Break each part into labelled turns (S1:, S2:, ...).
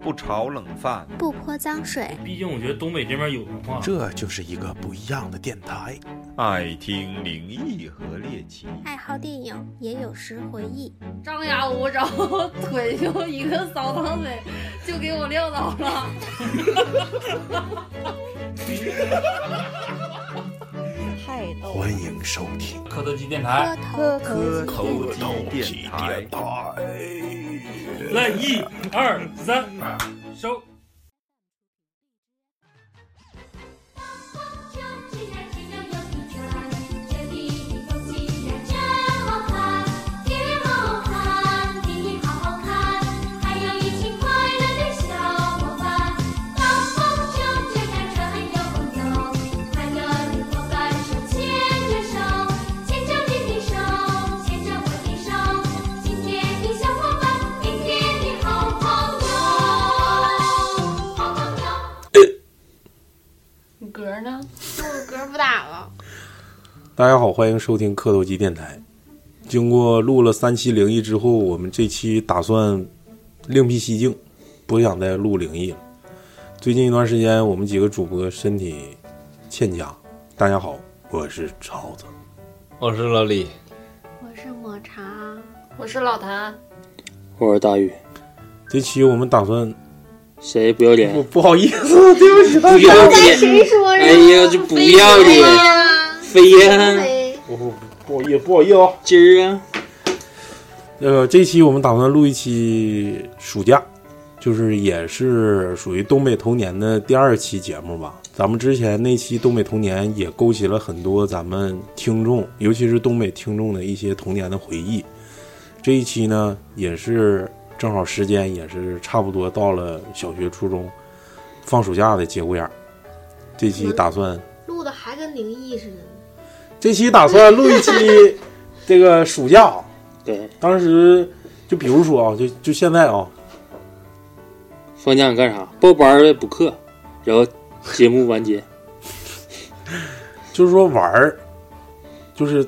S1: 不炒冷饭，
S2: 不泼脏水，
S3: 毕竟我觉得东北这边有文
S4: 啊
S3: 化，
S5: 这就是一个不一样的电台。
S1: 爱听灵异和猎奇。
S2: 爱好电影，也有时回忆。
S6: 张牙舞爪， 腿就一个扫堂腿就给我撂倒了。
S7: 太逗了
S5: 欢迎收听
S3: 磕头机电
S5: 哎
S2: 磕
S3: 台，
S2: 头，
S1: 磕
S5: 口
S1: 头
S5: 头
S1: 机
S5: 体
S1: 电台
S5: 电，台。
S3: 来一二三，收。
S6: 你嗝呢？我嗝不打了。
S5: 大家好，欢迎收听磕头机电台。经过录了三期灵异之后，我们这期打算另辟蹊径，不想再录灵异了。最近一段时间，我们几个主播身体欠佳。大家好，我是超子。
S8: 我是老李，
S2: 我是抹茶，
S6: 我是老谭，
S4: 我是大宇，
S5: 这期我们打算，
S4: 谁不要脸？
S5: 不好意思，对不起大
S4: 不
S5: 家。
S4: 要脸！
S2: 说
S4: 哎呀，这不要脸！飞呀，
S5: 我不好意思，不好意思啊。
S4: 今儿啊，
S5: 呃，这期我们打算录一期暑假，就是也是属于东北童年的第二期节目吧。咱们之前那期东北童年也勾起了很多咱们听众，尤其是东北听众的一些童年的回忆。这一期呢，也是正好时间也是差不多到了小学、初中放暑假的节骨眼儿。这期打算
S9: 录的还跟灵异似的呢。
S5: 这期打算录一期这个暑假啊
S4: 对，
S5: 当时就比如说啊，就就现在啊，
S4: 放假你干啥？报班儿补课，然后节目完 结。
S5: 就是说玩儿，就是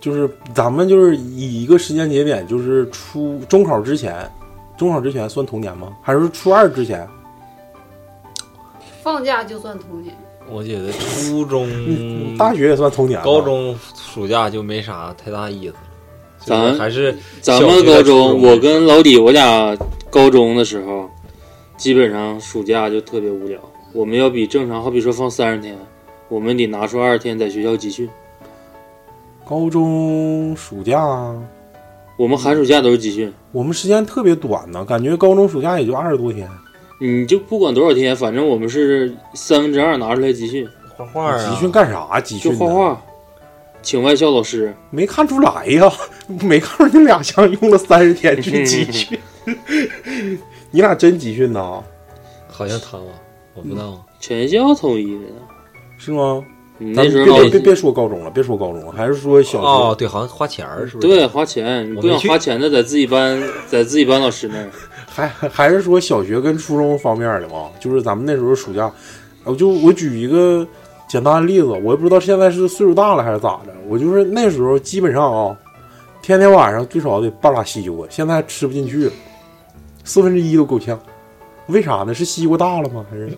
S5: 就是咱们就是以一个时间节点，就是初中考之前，中考之前算童年吗？还是初二之前？
S6: 放假就算童年。
S8: 我觉得初
S10: 嗯
S8: 中、
S5: 嗯大学也算童年吧，
S8: 高中暑假就没啥太大意思了，
S4: 咱
S8: 就是还是
S4: 咱们
S8: 小学
S4: 高
S8: 和初
S4: 中，我跟老李，我俩高中的时候，基本上暑假就特别无聊。我们要比正常，好比说放三十天，我们得拿出二十天在学校集训。
S5: 高中暑假
S4: 我们寒暑假都是集训，
S5: 我们时间特别短呢，感觉高中暑假也就二十多天。
S4: 你就不管多少天，反正我们是三分之二拿出来集训，
S8: 画画啊，
S5: 集训干啥？集
S4: 就
S5: 训呢
S4: 画画，请外校老师。
S5: 没看出来呀， 没看出你俩像用了三十天去集 训，你俩真集训呐？
S8: 好像他吧，我不知道
S5: 嗯
S8: 啊。
S4: 全校统一的。
S5: 是吗？
S4: 你
S5: 咱
S4: 那
S5: 们
S4: 时
S5: 别
S4: 候老
S5: 别别别说高中了，别说高中了，还是说小学。
S8: 哦，对，好像花钱儿是不是？
S4: 对，花钱，你不想花钱的，在自己班，在自己班老师那 儿，
S5: 还还还是说小学跟初中方面的吧，就是咱们那时候暑假，我就我举一个简单的例子，我也不知道现在是岁数大了还是咋的，我就是那时候基本上啊，天天晚上最少得半拉西瓜，现在吃不进去了，四分之一都够呛，为啥呢？是西瓜大了吗？还是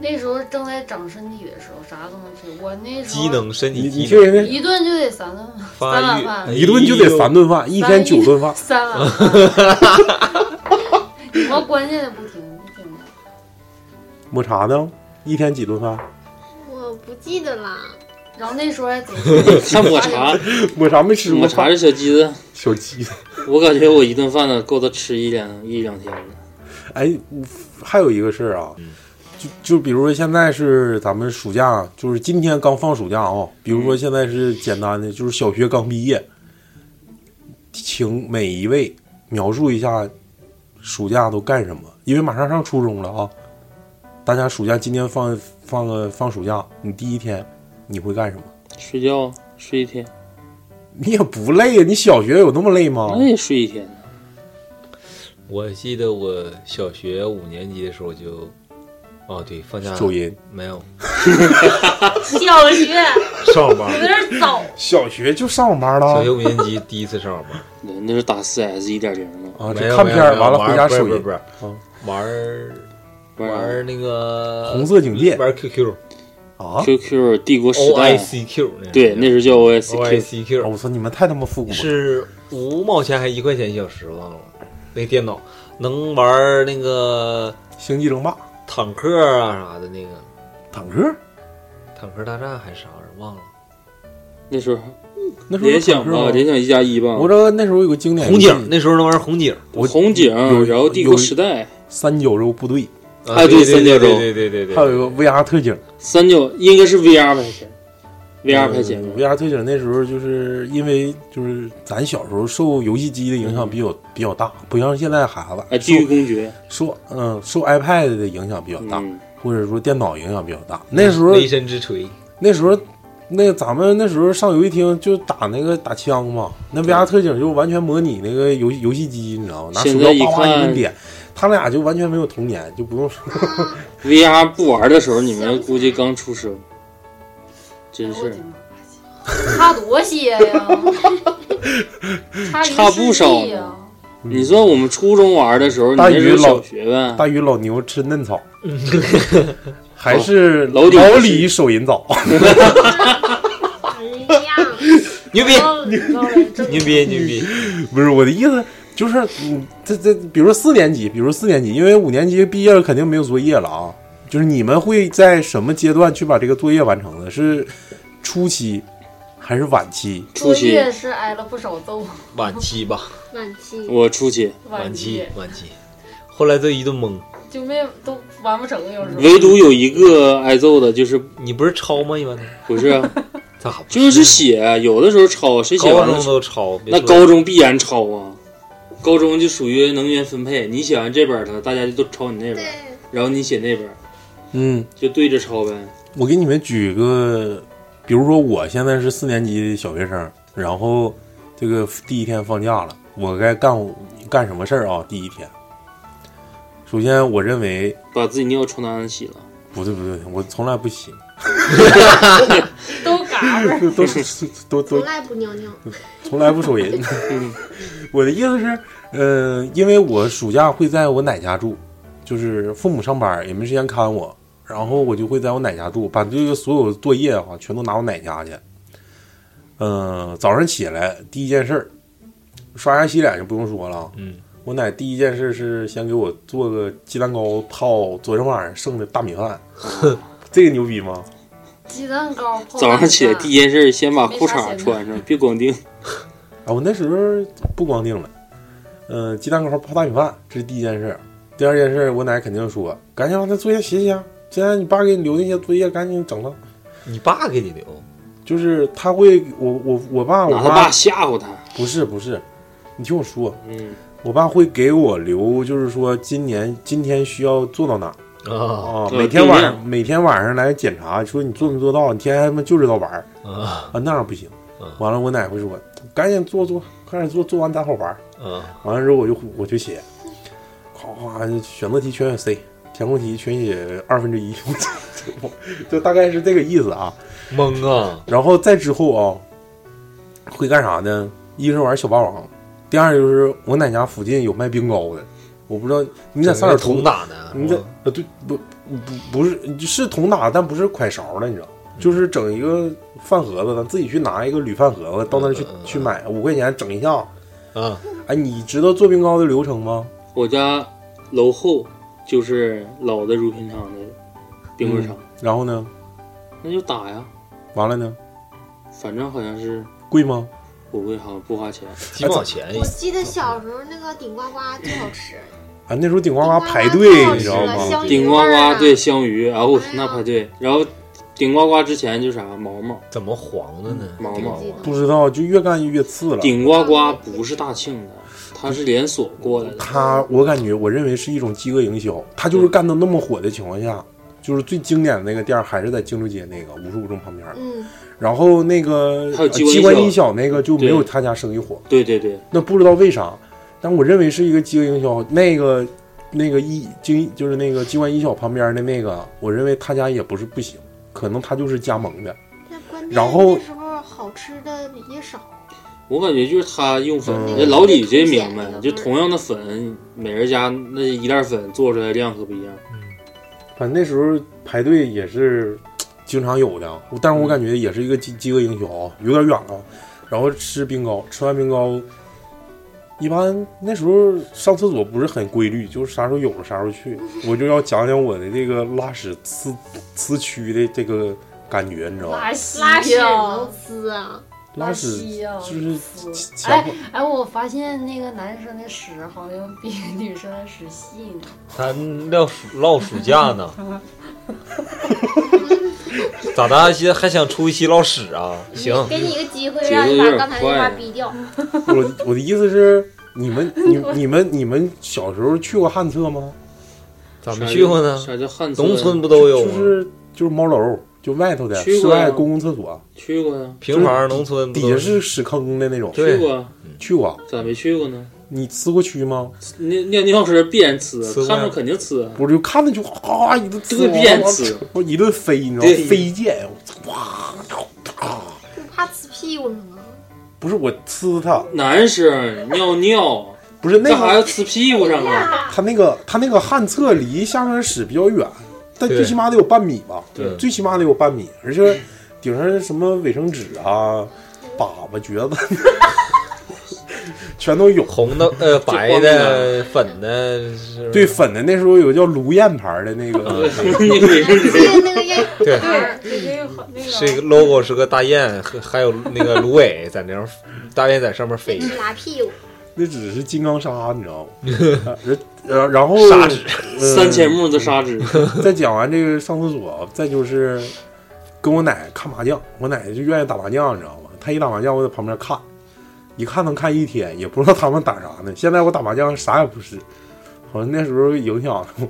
S6: 那时候正在长身体的时候，啥都能吃。我那时候
S8: 机能身
S5: 你
S8: 体
S5: 你
S8: 机
S5: 听
S8: 能
S5: 人家
S6: 一顿就得三 顿，
S8: 发
S6: 三碗饭，
S8: 育，
S5: 一顿就得三
S8: 顿。
S5: 顿饭，一天九顿饭
S6: 三碗饭。我关键的不听，不听。
S5: 抹茶呢？一天几顿饭？
S9: 我不记得啦，
S6: 然后那时候还总
S4: 看抹茶，
S5: 抹茶没吃过
S4: 抹茶这小鸡子，
S5: 小鸡子。
S4: 我感觉我一顿饭呢够他吃一两一两天了。
S5: 哎，我还有一个事儿啊，
S8: 嗯
S5: 就就比如说现在是咱们暑假，就是今天刚放暑假啊、比如说现在是简单的，就是小学刚毕业，请每一位描述一下暑假都干什么，因为马上上初中了啊。大家暑假今天放放个放暑假，你第一天你会干什么？
S4: 睡觉睡一天，
S5: 你也不累呀，你小学有那么累吗？
S4: 那也睡一天呢。
S8: 我记得我小学五年级的时候就，哦对，放假
S5: 走音，
S8: 没有，
S6: 小学
S5: 上班
S6: 有点早，
S5: 小学就上班了
S8: 小学五年级第一次上网吧，
S4: 对那是打 CS 一点零呢，
S5: 啊，就
S8: 没有
S5: 看
S8: 没
S5: 片
S8: 有
S5: 儿
S8: 没有
S5: 完了
S8: 玩
S5: 回家
S8: 不是
S5: 手
S8: 不是
S5: 机
S8: 不是
S5: 啊
S8: 玩儿
S4: 玩
S8: 玩儿那个
S5: 红色警戒
S8: 玩 QQ
S5: 啊！
S4: QQ 帝国时
S8: O
S4: 代
S8: I，C Q 那
S4: 对，那时候叫
S8: O I
S4: OICQ，
S8: C
S5: 哦
S8: Q
S5: 我操，你们太他妈复古了！
S8: 是五毛钱还一块钱一小时忘了，那电脑能玩儿那个
S5: 星际争霸、
S8: 坦克啊啥的那个
S5: 坦克，
S8: 坦克大战还是啥玩意儿忘了，
S4: 那时候
S5: 那时候有
S4: 联想
S5: 坦克
S4: 吧，
S5: 吗
S4: 联想一加一吧，
S5: 我知道那时候有个
S4: 哎
S5: 经典
S8: 红
S5: 游
S8: 警
S5: 戏
S8: 那时候能玩红警，
S5: 我
S4: 红警
S5: 有，
S4: 然后帝
S5: 有
S4: 国时代，
S5: 三角洲部队，
S8: 啊
S4: 哎对
S8: 对
S4: 三角洲
S8: 对对对对
S5: 还有
S8: 对，
S5: 一个 VR 特警
S4: 三角应该是 VR 拍摄，VR 拍摄
S5: 嗯 VR 特警那时候就是因为就是咱小时候受游戏机的影响比较比较大，不像现在孩
S4: 哎，
S5: 子
S4: 地狱公爵，
S5: 受受嗯受 iPad 的影响比较大，
S4: 嗯，
S5: 或者说电脑影响比较大。那时候
S8: 雷神之锤，
S5: 那时候，那咱们那时候上游戏厅就打那个打枪嘛，那 VR 特警就完全模拟那个游游戏机，你知道吗？拿鼠
S4: 现
S5: 标
S4: 在一
S5: 叭叭一
S4: 看
S5: 顿点，他俩就完全没有童年，就不用说
S4: VR 不玩的时候，你们估计刚出生，真
S6: 我
S4: 是
S6: 的差多些呀，差
S4: 差不少
S6: 呀
S4: 呢。你说我们初中玩的时候，你
S5: 嗯大
S4: 那
S5: 鱼
S4: 时候
S5: 老
S4: 小学呗，
S5: 大鱼老牛吃嫩草，还是
S4: 老李
S5: 老李手淫早，
S9: 哎呀，
S8: 牛逼
S6: 老老人正
S8: 牛逼牛逼，
S5: 不是我的意思。就是，嗯，这这，比如说四年级，比如说四年级，因为五年级毕业了，肯定没有作业了啊。就是你们会在什么阶段去把这个作业完成呢？是初期，还是晚期？
S4: 初
S6: 作
S4: 期
S6: 业是挨了不少揍，
S8: 晚期吧，
S9: 晚期
S4: 我初期，
S6: 晚
S8: 期
S6: 期
S8: 晚期，后来这一顿蒙，
S6: 就没都完不成，有时候
S4: 唯独有一个挨揍的，就是
S8: 你不是抄吗？一般都
S4: 不是啊，
S8: 咋不
S4: 就是写，有的时候抄，谁写
S8: 高
S4: 完了
S8: 中都抄，别
S4: 那
S8: 说
S4: 高中必然抄啊，高中就属于能源分配，你写完这本儿了，大家就都抄你那本儿，
S9: 对，
S4: 然后你写那本儿，
S5: 嗯，
S4: 就对着抄呗。
S5: 我给你们举个，比如说我现在是四年级小学生，然后这个第一天放假了，我该干干什么事儿啊？第一天，首先我认为
S4: 把自己尿床单洗了，
S5: 不对不对，我从来不洗，
S6: 都嘎巴儿。
S5: 都是都
S9: 从
S5: 都
S9: 来不尿尿。
S5: 从来不 手淫。我的意思是，呃，因为我暑假会在我奶家住，就是父母上班也没时间看我，然后我就会在我奶家住，把这个所有作业哈、全都拿我奶家去。嗯、早上起来第一件事儿，刷牙洗脸就不用说了。
S8: 嗯，
S5: 我奶第一件事是先给我做个鸡蛋糕泡昨天晚上剩的大米饭，这个牛逼吗？
S6: 鸡蛋糕泡
S4: 早上起来第一件事先把裤
S6: 嗯没啥
S4: 衩
S6: 闲的
S4: 穿上，别光腚。
S5: 啊，我那时候不光腚了，呃，鸡蛋糕泡大米饭，这是第一件事儿。第二件事儿，我奶肯定说，赶紧把那作业写写啊，既然你爸给你留那些作业，赶紧整了。
S8: 你爸给你留，
S5: 就是他会，我我我爸我
S4: 拿他
S5: 妈
S4: 爸吓唬他。
S5: 不是不是，你听我说，
S4: 嗯，
S5: 我爸会给我留，就是说今年今天需要做到哪儿
S8: 啊
S5: 啊，
S4: 对
S5: 每天晚
S4: 哦定
S5: 上每天晚上来检查，说你做没做到，你天天他妈就知道玩儿
S8: 啊
S5: 啊，那样不行
S8: 嗯。
S5: 完了，我奶会说，赶紧做做，快点做，做完咱好玩儿。
S8: 啊！
S5: 完了之后我就我就写，夸夸选择题全选 C，填空题全写二分之一， 我操我就大概是这个意思啊。
S8: 蒙啊！
S5: 然后再之后啊，会干啥呢？一是玩小霸王，第二就是我奶家附近有卖冰糕的，我不知道你在三里
S8: 同
S5: 屯，
S8: 打呢？
S5: 你在呃对不不不是是同打，但不是快勺的，你知道。
S8: 嗯
S5: 就是整一个饭盒子，咱自己去拿一个铝饭盒子到那儿去
S8: 嗯嗯嗯
S5: 去买，五块钱整一下。
S8: 啊，
S5: 哎，你知道做冰糕的流程吗？
S4: 我家楼后就是老的乳品厂的冰棍厂，
S5: 然后呢？
S4: 那就打呀，
S5: 完了呢，
S4: 反正好像是
S5: 贵吗？
S4: 我会好像不花钱。
S8: 几
S5: 哎
S8: 毛钱一
S9: 我记得小时候那个顶呱呱最好吃，
S7: 嗯
S5: 啊，那时候顶呱呱
S9: 呱太
S5: 排队，
S9: 好
S5: 你知
S9: 吃
S5: 道
S9: 了，
S5: 吗？
S9: 香
S4: 顶
S9: 油
S4: 呱
S9: 味儿
S4: 呱
S9: 啊
S4: 对香鱼，然后我
S9: 哎呀
S4: 那排队，然后顶呱呱之前就啥毛毛
S8: 怎么黄的呢？
S5: 嗯
S4: 毛毛
S9: 记，得
S5: 不知道，就越干越次了。
S4: 顶呱呱不是大庆的，它是连锁过来的。
S5: 他，我感觉，我认为是一种饥饿营销。他就是干到那么火的情况下，就是最经典的那个店儿还是在荆州街那个五十五中旁边儿。
S9: 嗯，
S5: 然后那个
S4: 还有
S5: 呃
S4: 机关
S5: 机关
S4: 音
S5: 音响那个就没有
S4: 对
S5: 他家生意火，
S4: 对对对，
S5: 那不知道为啥，但我认为是一个饥饿营销。那个那个一经就是那个机关音响旁边的那个，我认为他家也不是不行，可能它就是加盟的。
S9: 但关键
S5: 然后
S9: 那时候好吃的也少，
S4: 我感觉就是他用粉，
S5: 嗯
S4: 那老李这明白
S9: 那，个
S4: 就同样的粉，每人家那一袋粉做出来的量可不一样。
S5: 反正那时候排队也是经常有的，我但是
S4: 嗯
S5: 我感觉也是一个饥饥饿营销，有点远了。然后吃冰糕，吃完冰糕，一般那时候上厕所不是很规律，就是啥时候有了啥时候去。我就要讲讲我的这个拉屎呲呲区的这个感觉，你知道吧？
S6: 稀
S9: 拉屎能
S6: 呀，
S9: 呲啊！
S5: 拉
S6: 稀
S5: 屎
S6: 呀，
S5: 就是
S6: 呲
S5: 前
S6: 哎
S5: 后
S6: 哎，我发现那个男生的屎好像比女生的屎细呢。
S8: 咱撂暑唠暑假呢， 咋的？现在还想出一期唠屎啊？行，
S9: 给你一个机会，
S4: 节奏
S9: 让你
S4: 有
S9: 把
S4: 点
S9: 刚才那句话
S4: 快啊
S9: 逼掉。
S5: 我我的意思是，你们你你们你们小时候去过旱厕吗？
S8: 咋没去过呢？
S4: 啥叫旱厕？
S8: 农村不都有
S5: 就
S8: 吗？
S5: 是就是猫楼，就外头的
S4: 啊去
S5: 室
S4: 过呀
S5: 外公共厕所，
S4: 去过呀，
S8: 平房农村不
S5: 底
S8: 都
S5: 下是屎坑的那种。
S4: 去
S8: 对
S4: 过啊，
S5: 去过，
S4: 咋没去过呢？
S5: 你呲过蛆吗？
S4: 尿尿尿时必然呲
S8: 呲过，呀
S4: 看着肯定呲。啊
S5: 我就看着就哗一顿呲，
S4: 这个变呲
S5: 我一顿飞，你知道吗
S4: 对？
S5: 飞溅，我操哇！啊
S9: 你怕呲屁股吗？
S5: 不是我呲它，
S4: 男生尿尿，
S5: 不是那
S4: 干啥要
S5: 个，
S4: 呲屁股上 啊？
S5: 它那个它那个旱厕离下面屎比较远，但
S8: 对
S5: 最起码得有半米吧？
S8: 对
S5: 最起码得有半米，而且顶上什么卫生纸啊、粑粑、橛子， 全都有。
S8: 红的、呃白的、粉的，是吧啊
S5: 对粉的那时候有叫卢燕牌的那个，
S4: 你可以
S9: 记得那个烟
S8: 对，
S6: 那个那
S8: 是一个 logo 是个大雁，还还有那个芦苇 在那上，大雁在上面飞，
S9: 拉屁 股，
S5: 那只是金刚砂，你知道吗？啊然然后
S8: 砂纸
S5: 嗯
S4: 三千目的砂 纸，
S5: 再讲完这个上厕所，再就是跟我奶看麻将，我奶就愿意打麻将，你知道吗？她一打麻将，我在旁边看，一看能看一天，也不知道他们打啥呢。现在我打麻将啥也不是，好像那时候影响 了我，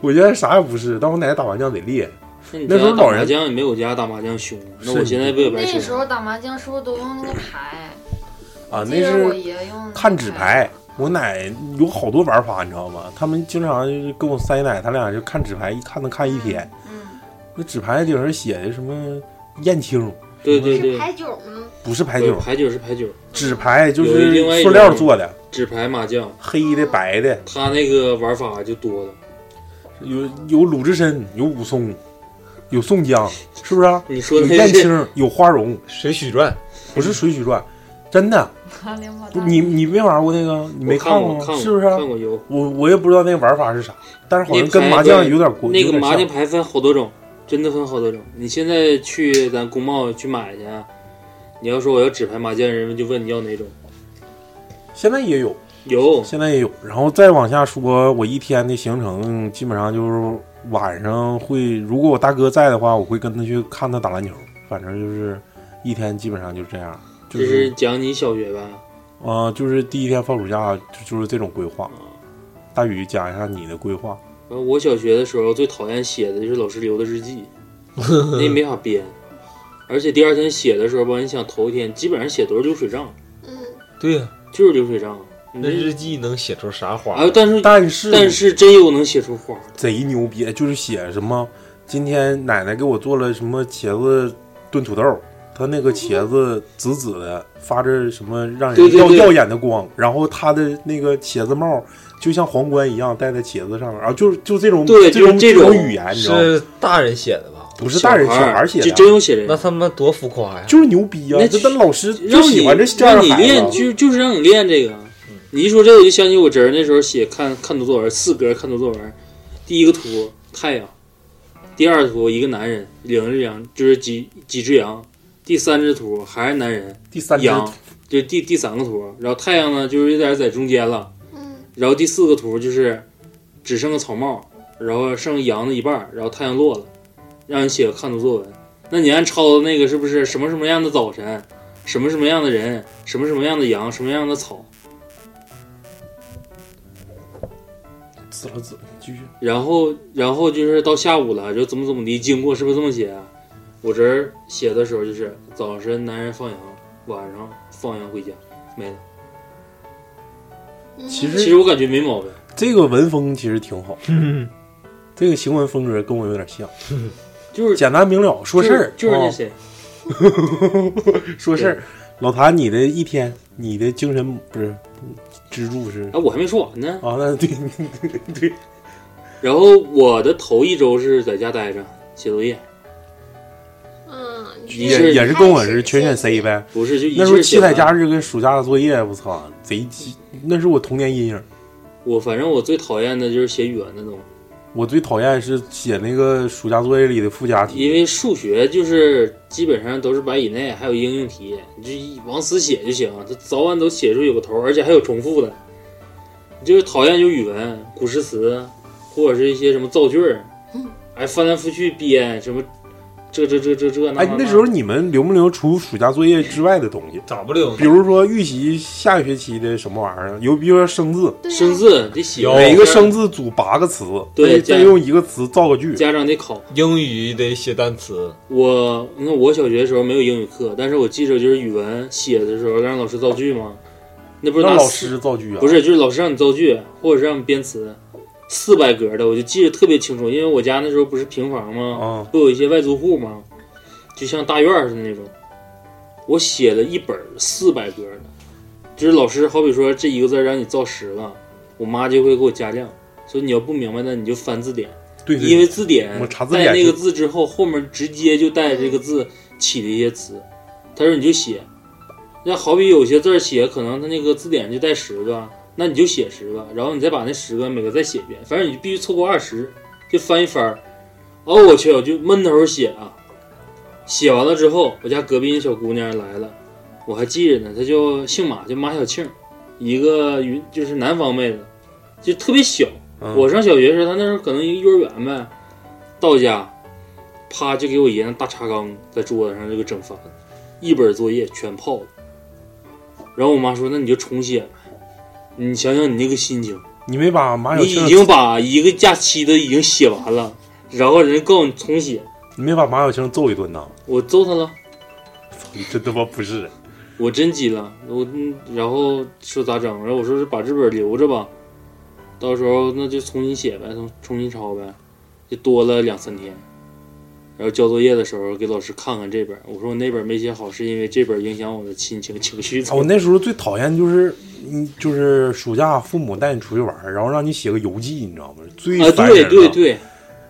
S5: 我现在啥也不是，但我奶打麻将得厉害。
S4: 那你
S5: 那时
S4: 家
S5: 候
S4: 打
S5: 老
S4: 麻
S5: 人
S4: 将也没有家打麻将凶，啊那
S5: 是
S4: 我现在不也白
S6: 那时
S4: 凶？
S6: 候打麻将是不是都用那个牌？
S5: 啊，那
S6: 记得我
S5: 是
S6: 爷用
S5: 看纸牌。我奶有好多玩法，你知道吗？他们经常就是跟我塞奶，他俩就看纸牌，一看能看一天。
S6: 嗯，
S5: 那纸牌顶上写的什么燕青，
S4: 对对对
S9: 是，牌九吗？
S5: 不是牌
S4: 对
S5: 九，
S4: 牌九是牌九，
S5: 纸牌就
S4: 有另外
S5: 是
S4: 一
S5: 塑料
S4: 种
S5: 做的，
S4: 纸牌麻将，
S5: 黑的、白的，
S4: 他那个玩法就多了。
S5: 有有鲁智深，有武松，有宋江，是不是、啊？
S4: 你说
S5: 有
S4: 那
S5: 燕
S4: 是
S5: 青，有花荣，
S8: 《水浒传
S5: 不是《水浒传》，真的，
S6: 看两把
S5: 不
S6: 大
S5: 是你你没玩过那个，你没
S4: 我看
S5: 过
S4: 看过
S5: 是不是啊、
S4: 看过有
S5: 我我也不知道那个玩法是啥，但是好像
S4: 那
S5: 跟
S4: 牌
S5: 麻
S4: 子
S5: 将有点关，
S4: 那
S5: 有
S4: 个
S5: 点
S4: 麻将
S5: 像
S4: 牌分好多种，真的分好多种。你现在去咱工贸去买去，啊你要说我要纸牌麻将，人们就问你要哪种。
S5: 现在也有，
S4: 有
S5: 现在也有。然后再往下说，我一天的行程基本上就是晚上会，如果我大哥在的话，我会跟他去看他打篮球。反正就是一天基本上就是这样，就
S4: 这是讲你小学呗，
S5: 呃，就是第一天放暑假就就是这种规划。大宇讲一下你的规划，
S4: 然后呃我小学的时候最讨厌写的就是老师留的日 记，那也没法编，而且第二天写的时候吧，你想头一天基本上写都是流水账，
S9: 嗯，》。
S8: 对呀，
S4: 就是流水账。你
S8: 那
S4: 这
S8: 日记能写出啥花
S4: 啊，？但是
S5: 但是
S4: 但是真有能写出花儿，
S5: 贼牛逼，就是写什么今天奶奶给我做了什么茄子炖土豆，她那个茄子紫紫的，发着什么让人
S4: 对对
S5: 耀
S4: 对
S5: 耀眼的光，然后她的那个茄子帽就像皇冠一样戴在茄子上面，然后啊就是就这种
S4: 对
S5: 这
S4: 就是这
S5: 这种
S4: 种
S5: 语言，你知道吗？
S8: 是大人写的吧？
S5: 不是大人小
S4: 小孩
S5: 孩
S4: 儿
S5: 写
S4: 这
S5: 的，
S4: 真有写人
S8: 那。他妈多浮夸呀！
S5: 就是牛逼啊！
S4: 那
S5: 这咱老师就
S4: 让你
S5: 喜欢这这样
S4: 让
S5: 的
S4: 你
S5: 孩子啊
S4: 练，
S5: 嗯
S4: 就就是让你练这个。你一说这个，我就想起我侄儿那时候写看看读作文，四格看读作文，第一个图太阳，第二图一个男人领着羊，就是几几只羊，第三只图还是男人
S5: 第三章
S4: 羊，就是第第三个图，然后太阳呢就是有点在中间了，
S9: 嗯，
S4: 然后第四个图就是只剩个草帽，然后剩羊的一半儿，然后太阳落了，让你写个看图作文。那你按抄的那个是不是什么什么样的早晨，什么什么样的人，什么什么样的羊，什么样的草？
S5: 死了死了，继续。
S4: 然后然后就是到下午了，就怎么怎么地，经过是不是这么写、啊？我这儿写的时候就是早晨男人放羊，晚上放羊回家，没了。
S9: 嗯
S5: 其
S4: 其
S5: 实
S4: 实我感觉没毛病，
S5: 这个文风其实挺好，这个行文风格跟我有点像。
S4: 就是
S5: 简单明了说事儿，
S4: 就是就是那
S5: 啊
S4: 谁，
S5: 说事儿。老谭，你的一天，你的精神不是支柱是
S4: 啊，我还没说完呢。
S5: 啊？那对对，
S4: 然后我的头一周是在家待着写作业，
S9: 嗯，
S4: 你
S5: 也
S4: 是
S5: 也是跟我是全选 C 呗。
S4: 不是就一
S5: 那时候
S4: 气
S5: 期待假日跟暑假的作业，我操，贼鸡，那是我童年阴影。
S4: 我反正我最讨厌的就是写语文的东西，
S5: 我最讨厌是写那个暑假作业里的附加题，
S4: 因为数学就是基本上都是百以内，还有应用题，你就一往死写就行，它早晚都写出有个头，而且还有重复的。你就是讨厌就是语文、古诗词，或者是一些什么造句儿，哎，翻来覆去编什么这这这这这那。
S5: 哎，那时候你们留没留除暑假作业之外的东西？
S8: 咋不溜呢？
S5: 比如说预习下学期的什么玩意儿，有比如说生字，
S9: 对啊
S4: 生字得写，
S8: 有
S5: 每个生字组八个词，
S4: 对
S5: 再
S4: 加
S5: 再用一个词造个句。
S4: 家长得考。
S8: 英语得写单词，
S4: 我你看我小学的时候没有英语课，但是我记着就是语文写的时候让老师造句嘛，那不是拿
S5: 让老
S4: 四
S5: 师造句啊？
S4: 不，是，就是老师让你造句，或者是让你编词，四百格的，我就记得特别清楚，因为我家那时候不是平房吗？
S5: 啊，
S4: 不有一些外租户吗？就像大院儿似的那种。我写了一本四百格的，就是老师好比说这一个字儿让你造十个，我妈就会给我加量，所以你要不明白的你就翻字典，
S5: 对对，
S4: 因为字典
S5: 我查字典
S4: 带那个
S5: 就
S4: 字之后，后面直接就带这个字起的一些词。他说你就写，那好比有些字儿写，可能他那个字典就带十个，那你就写十个，然后你再把那十个每个再写一遍，反正你必须凑够二十，就翻一翻儿。哦，我去，我就闷头写啊，写完了之后，我家隔壁那小姑娘来了，我还记着呢，她叫姓马，叫马小庆，一个云就是南方妹子，就特别小，
S5: 嗯
S4: 我上小学时，他那时候可能一个幼儿园呗，到家，啪就给我爷那大茶缸在桌子上就给整翻了，一本作业全泡了。然后我妈说：“那你就重写呗。”你想想你那个心情，
S5: 你没把马小
S4: 你
S5: 庆
S4: 已经把一个假期的已经写完了，然后人告诉你重写，
S5: 你没把马小庆揍一 顿呐？
S4: 我揍他了，
S5: 你真他妈不是人！
S4: 我真急了，我嗯然后说咋整？然后我说是把这本留着吧，到时候那就重新写呗，重重新抄呗，就多了两三天。然后交作业的时候给老师看看这本，我说我那本没写好，是因为这本影响我的心情情绪。
S5: 啊我那时候最讨厌就是，嗯，就是暑假父母带你出去玩儿，然后让你写个游记，你知道吗？最
S4: 啊，
S5: 烦人
S4: 对对，
S5: 了
S4: 对，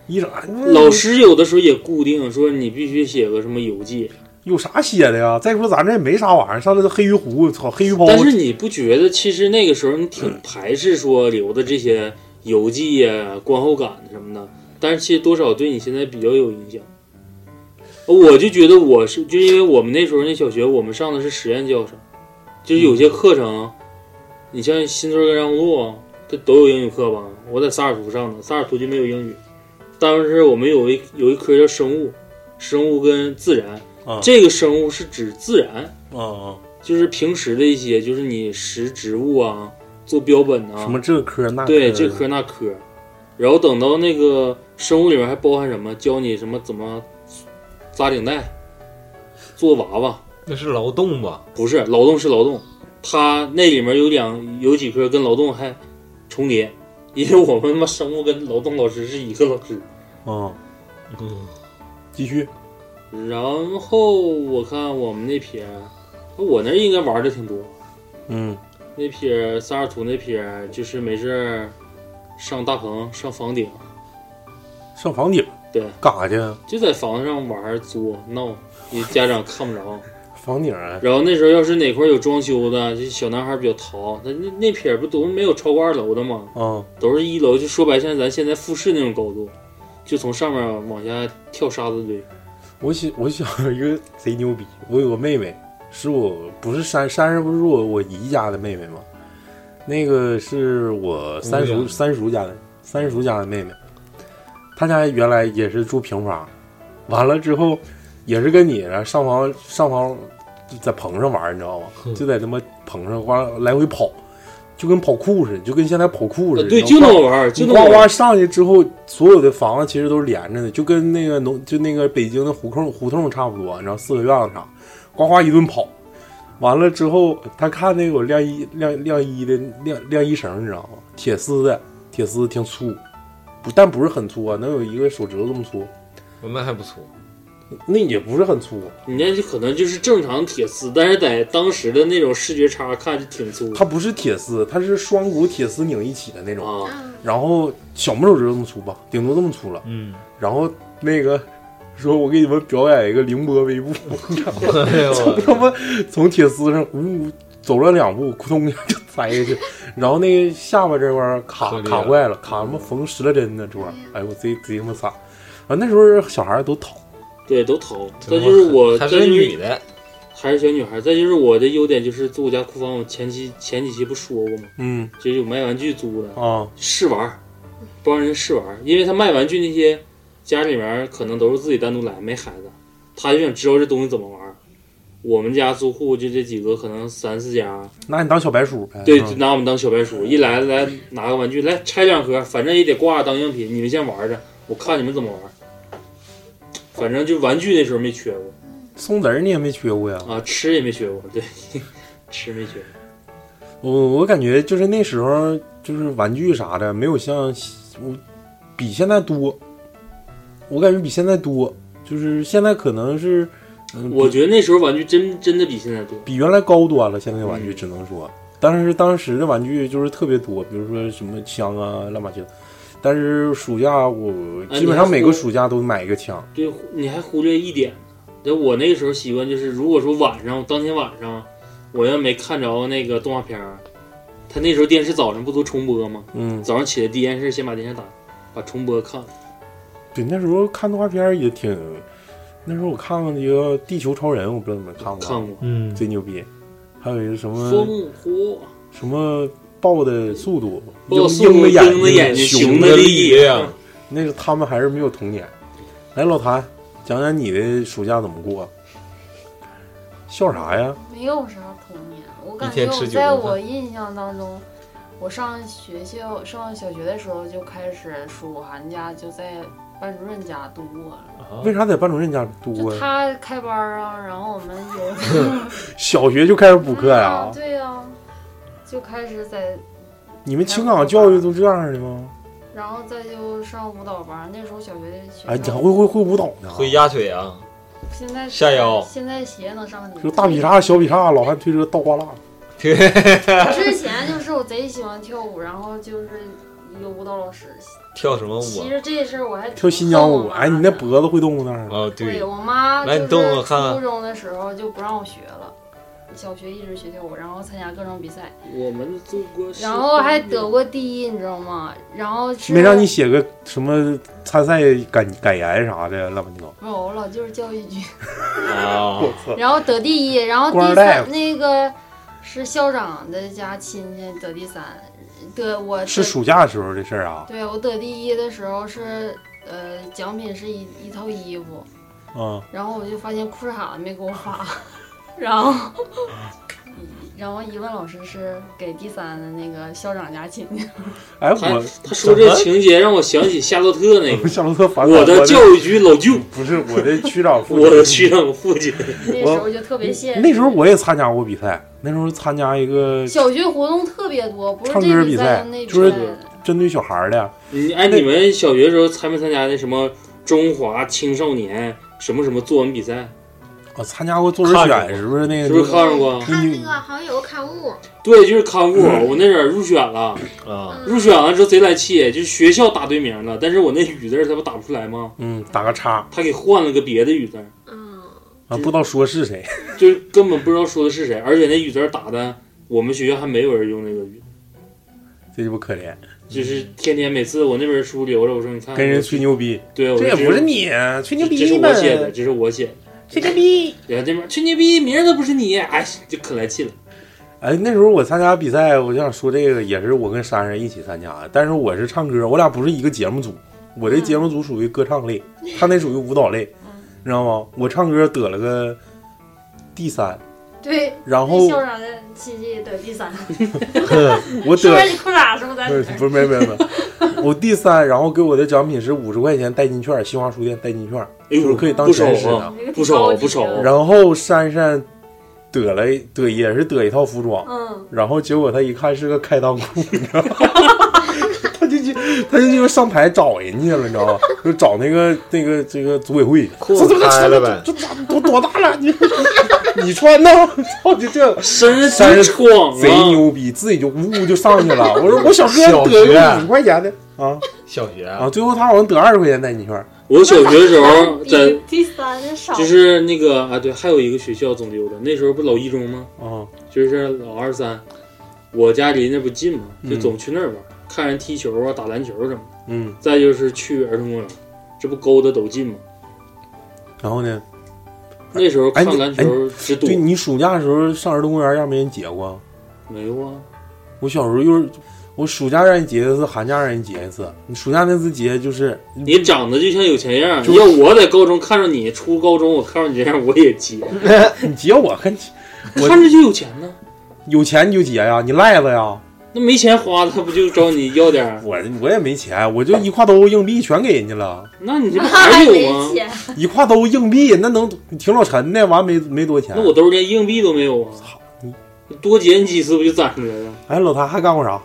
S5: 一整、哎
S4: 老师有的时候也固定说你必须写个什么游记，
S5: 有啥写的呀？再说咱这也没啥玩意儿，上那黑鱼湖，操，黑鱼泡，
S4: 但是你不觉得其实那个时候你挺排斥说留的这些游记呀、观后感什么的，但是其实多少对你现在比较有影响。我就觉得我是，就因为我们那时候那小学，我们上的是实验教程，就是有些课程，你像新村跟让路啊，这都有英语课吧？我在萨尔图上的，萨尔图就没有英语，但是我们有一有一科叫生物，生物跟自然，
S5: 啊
S4: 这个生物是指自然，
S5: 啊啊，
S4: 就是平时的一些，就是你识植物啊，做标本啊，
S5: 什么这科那
S4: 对
S5: 科
S4: 这科那科，然后等到那个生物里面还包含什么，教你什么怎么扎领带、做娃娃，
S8: 那是劳动吧？
S4: 不是劳动是劳动，它那里面有两有几科跟劳动还重叠，因为我们他妈生物跟劳动老师是一个老师。
S5: 啊，
S8: 嗯，
S5: 继续
S4: 然后我看我们那撇儿，我那儿应该玩的挺多，
S5: 嗯
S4: 那撇儿萨尔图那撇儿就是没事儿上大棚上房顶，
S5: 上房顶
S4: 对，
S5: 干啥去啊？
S4: 就在房子上玩儿作闹，你家长看不着。
S5: 房顶啊，
S4: 然后那时候要是哪块儿有装修的，这小男孩儿比较淘，那那那撇儿不都没有超过二楼的吗？
S5: 啊
S4: 都是一楼，就说白像咱现在复式那种高度，就从上面往下跳沙子堆。
S5: 我想我想一个贼牛逼，我有个妹妹，是我不是珊珊珊不是我我姨家的妹妹吗？那个是我三
S8: 姑
S5: 叔
S8: 娘
S5: 三叔家的三叔家的妹妹，她家原来也是住平房，完了之后也是跟你啊上房上房就在棚上玩儿，你知道吗？
S4: 嗯
S5: 就在他妈棚上完了来回跑，就跟跑酷似的，就跟现在跑酷似
S4: 呃
S5: 的。
S4: 对，
S5: 你知
S4: 就
S5: 道
S4: 那
S5: 吗
S4: 么玩儿，就
S5: 你
S4: 那
S5: 呱
S4: 么玩
S5: 呱
S4: 儿。
S5: 上去之后，所有的房子其实都是连着的，就跟那个农就那个北京的胡同胡同差不多，然后四合院子啥，呱呱一顿跑，完了之后他看那有晾衣晾晾衣的晾晾衣绳，你知道吗？铁丝的，铁丝挺粗，不但不是很粗啊，能有一个手指头这么粗。
S8: 我们还不错。
S5: 那也不是很粗，
S4: 你那就可能就是正常铁丝，但是在当时的那种视觉差看就挺粗
S5: 它不是铁丝，它是双股铁丝拧一起的那种。
S4: 啊。
S2: 啊，
S5: 然后小拇手指头这么粗吧，顶多这么粗了。
S8: 嗯，
S5: 然后那个说，我给你们表演一个凌波微步，
S8: 哎 呦
S5: 从他妈从铁丝上呜走了两步，扑通一下就栽下去，然后那个下巴这块儿卡
S8: 磕裂了
S5: 卡坏了，卡他妈缝十来针呢，这玩意
S4: 嗯
S5: 儿，哎呦我贼贼他妈惨。啊，那时候小孩都淘，
S4: 对，都头。再就是我，
S8: 她
S4: 再
S8: 是
S4: 就
S8: 个
S4: 是
S8: 女的，
S4: 还是小女孩。再就是我的优点就是租我家库房，我前期前几期不说过吗？
S5: 嗯
S4: 就是有卖玩具租的，
S5: 啊，
S4: 试玩儿，帮人试玩儿。因为他卖玩具那些家里面儿可能都是自己单独来，没孩子，他就想知道这东西怎么玩儿。我们家租户就这几个，可能三四家，
S5: 拿你当小白鼠呗。
S4: 对，
S5: 嗯
S4: 就拿我们当小白鼠，一来来拿个玩具来拆两盒，反正也得挂当样品。你们先玩着，我看你们怎么玩儿。反正就玩具那时候没缺过。
S5: 松子儿你也没缺过呀。
S4: 啊，吃也没学过，对， 吃没学过。
S5: 我我感觉就是那时候就是玩具啥的，没有像我比现在多，我感觉比现在多，就是现在可能是，嗯，
S4: 我
S5: 比
S4: 觉得那时候玩具真真的比现在多。
S5: 比原来高端了，现在的玩具
S4: 嗯
S5: 只能说，但是当时的玩具就是特别多，比如说什么枪啊、乱七八糟。但是暑假我
S4: 哎
S5: 基
S4: 你
S5: 本
S4: 还
S5: 上每个
S4: 说
S5: 暑假都买一个枪，
S4: 对，你还忽略一点呢。那我那时候习惯就是，如果说晚上当天晚上我要没看着那个动画片儿，他那时候电视早上不都重播吗？
S5: 嗯，
S4: 早上起来第一件事先把电视打，把重播看了。
S5: 对，那时候看动画片儿也挺，那时候我看过一个《地球超人》，我不知道你们看
S4: 看
S5: 过，
S4: 过
S8: 嗯，
S5: 贼牛逼，还有一个什么
S4: 烽火，
S5: 什么豹的速度，
S4: 豹
S5: 鹰
S4: 速度
S5: 鹰的
S4: 鹰的眼
S5: 眼
S4: 睛
S5: 熊
S4: 熊
S5: 的
S4: 的啊
S5: 力
S4: 力
S5: 量，那个他们还是没有童年。来，老谭，讲讲你的暑假怎么过？笑啥呀？
S6: 没有啥童年，我感
S8: 一
S6: 觉
S8: 天
S6: 我
S8: 吃
S6: 在
S8: 九顿饭
S6: 我印象当中，我上学校上小学的时候就开始暑寒假就在班主任家度过了。
S4: 啊
S5: 为啥在班主任家多
S6: 哦就
S5: 呀？
S6: 他开班儿啊，然后我们 有
S5: 小学就开始补课呀、
S6: 嗯对呀、就开始在，
S5: 你们青港教育都这样的
S6: 嗯
S5: 吗？
S6: 然后再就上舞蹈班儿。那时候小学的学
S5: 哎，你
S6: 生
S5: 还会会会舞蹈呢？
S8: 会压腿啊，
S6: 现在
S8: 下腰
S6: 现在鞋能上去
S5: 就大劈叉、小劈叉、老汉推车、倒挂蜡。
S6: 之前就是我贼喜欢跳舞，然后就是有舞蹈老师。
S8: 跳什么舞
S6: 其
S8: 啊？
S6: 实这事儿我还挺
S5: 跳新疆
S6: 恨我
S5: 舞，
S6: 妈
S5: 哎，你那
S6: 的
S5: 脖子会动那儿呢？
S8: 哦，
S6: 对
S8: 对，
S6: 我妈就
S8: 来
S6: 是
S8: 你动我看看
S6: 初中的时候就不让我学了，小学一直学跳舞，然后参加各种比赛，
S4: 我们做过，啊
S6: 然后还得过第一，你知道吗？然后是
S5: 没让你写个什么参赛感感言啥的，乱七八糟。
S6: 不是我老就是教育局，
S8: 啊，
S6: 然后得第一，然后
S5: 官
S6: 第
S5: 二代
S6: 三那个是校长的家亲戚得第三，得我
S5: 是
S6: 得
S5: 暑假时候的事儿啊。
S6: 对我得第一的时候是呃奖品是一一套衣服，
S5: 啊，
S6: 然后我就发现裤衩子没给我发，然后。 然后一问老师是给第三的那个校长家亲戚，
S5: 哎，
S4: 他
S5: 我
S4: 他说这情节让我想起夏洛特那个，
S5: 夏洛特烦
S4: 我的教育局老舅，
S5: 不是我的 区长副
S4: 我的区长父亲。
S6: 那时候就特别现实。
S5: 那时候我也参加过比赛，那时候参加一个
S6: 小学活动特别多，不是
S5: 唱
S6: 这
S5: 歌比
S6: 赛
S5: 赛
S6: 就那，比
S5: 就是
S6: 赛的
S5: 针对小孩儿的。
S4: 你哎，
S5: 那
S4: 你们小学的时候参没参加那什么中华青少年什么什么作文比赛？
S5: 我参加过作文
S8: 看
S5: 选，
S8: 着
S5: 是不是那
S4: 是不是
S5: 个？
S4: 看啊上过？
S9: 看那个
S6: 啊
S9: 啊好像有个刊物，
S4: 对，就是刊物。
S5: 嗯
S4: 我那阵儿入选了，
S8: 啊，
S4: 入选了之后贼来气，就是学校打对名了，但是我那雨字儿他不打不出来吗？
S5: 嗯，打个叉
S4: 他给换了个别的雨字儿，
S9: 嗯，
S5: 啊，不知道说是谁。
S4: 就是根本不知道说的是谁，而且那雨字儿打的，我们学校还没有人用那个雨，
S5: 这鸡巴可怜，
S4: 就是天天每次我那本书留着，我说你看，
S5: 嗯跟人吹牛逼，
S4: 对，我
S5: 这
S4: 说
S5: 也不是
S4: 这
S5: 你吹牛
S4: 嗯这是
S5: 逼
S4: 我
S5: 呗，
S4: 写的，这是我写的。
S5: 吹牛逼。
S4: 然后这边吹牛逼，名儿都不是你，哎，就可来气了。
S5: 哎，那时候我参加比赛，我就想说这个也是我跟珊珊一起参加的，但是我是唱歌，我俩不是一个节目组，我这节目组属于歌唱类，他那属于舞蹈类，你知道吗？我唱歌得了个第三，
S6: 对，
S5: 然后
S6: 那校长的亲戚得第三，
S5: 我
S6: 是不
S5: 得
S6: 是你裤衩是不是在
S5: 不是
S6: 里面？
S5: 不是没没没，我第三，然后给我的奖品是五十块钱代金券，新华书店代金券，
S4: 哎呦，
S5: 就是可以当
S4: 不少
S5: 钱使
S4: 啊
S5: 的。
S6: 你这个
S4: 不
S6: 挺高
S4: 少
S6: 级
S4: 不少
S6: 的
S5: 然后珊珊得了得也是得一套服装，
S6: 嗯，
S5: 然后结果他一看是个开裆裤，你知道吗？他就去他就因为上台找人去了，你知道吗？就找那个那个这个组委会，
S8: 裤
S5: 说
S8: 子
S5: 怎么
S8: 开了呗
S5: 这这这多多大了？你你穿的？操你这
S4: 身上
S5: 三
S4: 直
S5: 十
S4: 闯啊！
S5: 贼牛逼，自己就呜呜就上去了。我说我小哥
S8: 小
S5: 得个
S8: 学
S5: 五十块钱的啊
S8: 小学
S5: 啊，最后他好像得二十块钱代金券。
S4: 我小学的时候在
S7: 第第三的少，
S4: 就是那个啊，对，还有一个学校总溜达，那时候不老一中吗？
S5: 啊，
S4: 就是老二三，我家离那不近嘛，就
S5: 嗯
S4: 总去那儿玩，看人踢球啊、打篮球什么的。
S5: 嗯，
S4: 再就是去儿童公园，这不勾搭都近吗？
S5: 哎然后呢？
S4: 那时候
S5: 哎
S4: 看
S5: 你
S4: 篮
S5: 哎
S4: 球之多
S5: 对，你暑假的时候上儿童公园让没人接过？
S4: 没有啊？
S5: 我小时候又是我暑假让人结一次，寒假让人结一次。你暑假那次结就是
S4: 你长得就像有钱样儿，要我在高中看着你，初高中我看着你这样我也急，
S5: 你结我跟我
S4: 看着就有钱呢。
S5: 有钱你就结呀，你赖子呀。
S4: 那没钱花，他不就找你要点儿？
S5: 我我也没钱，我就一挎兜硬币全给人家了，
S4: 那你这不还
S7: 还
S4: 有
S7: 没
S4: 吗？
S7: 钱，
S5: 一挎兜硬币那能挺老沉的，完没没多钱
S4: 那。我兜儿连硬币都没有啊！多捡几次不就攒出来了？
S5: 哎，老谭还干过啥？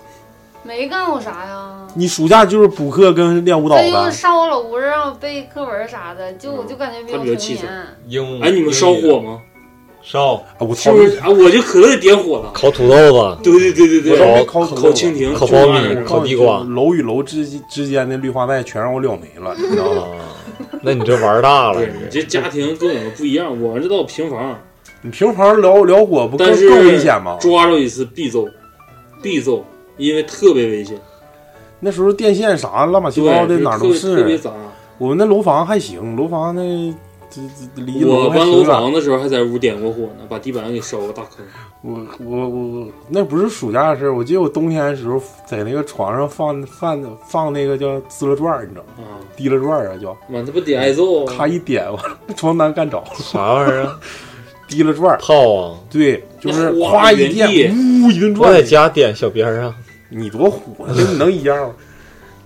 S6: 没干过啥呀。
S5: 你暑假就是补课跟练舞蹈
S6: 他就
S5: 呗。
S6: 上我老屋让我背课文啥的，就我就感觉
S4: 嗯
S6: 没
S4: 他比
S6: 有
S4: 较
S6: 童
S4: 气色
S6: 年。
S8: 英
S4: 哎，你们烧火吗？
S8: 烧
S5: 啊嗯我
S4: 是
S5: 操！
S4: 不是啊？我就可乐点火了。
S8: 烤土豆子，
S4: 对对对对
S5: 我
S4: 对，
S5: 烧烤土豆
S4: 烤蜻蜓，
S8: 烤苞
S4: 就是那玩
S8: 米，
S4: 意儿
S8: 烤地瓜
S5: 楼与楼之之间的绿化带全让我燎没了，你知道吗？
S8: 啊。那你这玩大 了，
S4: 对你这家庭跟我们不一样，我们这到平房，
S5: 你平房燎燎火不更
S4: 但是
S5: 更危险吗？
S4: 抓着一次必揍，必揍，因为特别危险，
S5: 那时候电线啥乱七
S4: 对，
S5: 八糟的
S4: 就是
S5: 哪儿
S4: 特
S5: 都
S4: 别特别
S5: 是。
S4: 杂。
S5: 我们那楼房还行，楼房那这这离
S4: 我
S5: 楼还
S4: 搬楼
S5: 挺远。
S4: 房的时候还在屋点过火呢，把地板给烧个大坑。
S5: 我我我我，那不是暑假的事儿。我记得我冬天的时候在那个床上放放放那个叫滋啦转儿，你知道吗？
S4: 啊，
S5: 滴啦转儿啊叫，
S4: 妈，他不得挨揍啊
S5: 咔！一点完了，床单干着了，
S8: 啥玩意儿啊？
S5: 滴啦转儿。
S8: 炮 啊！
S5: 对，就是
S4: 那哗
S5: 夸一
S4: 原
S5: 电，
S4: 地
S5: 呜一顿
S8: 我在
S5: 转。
S8: 家点小啊边儿上，
S5: 你多虎啊，跟你能一样吗？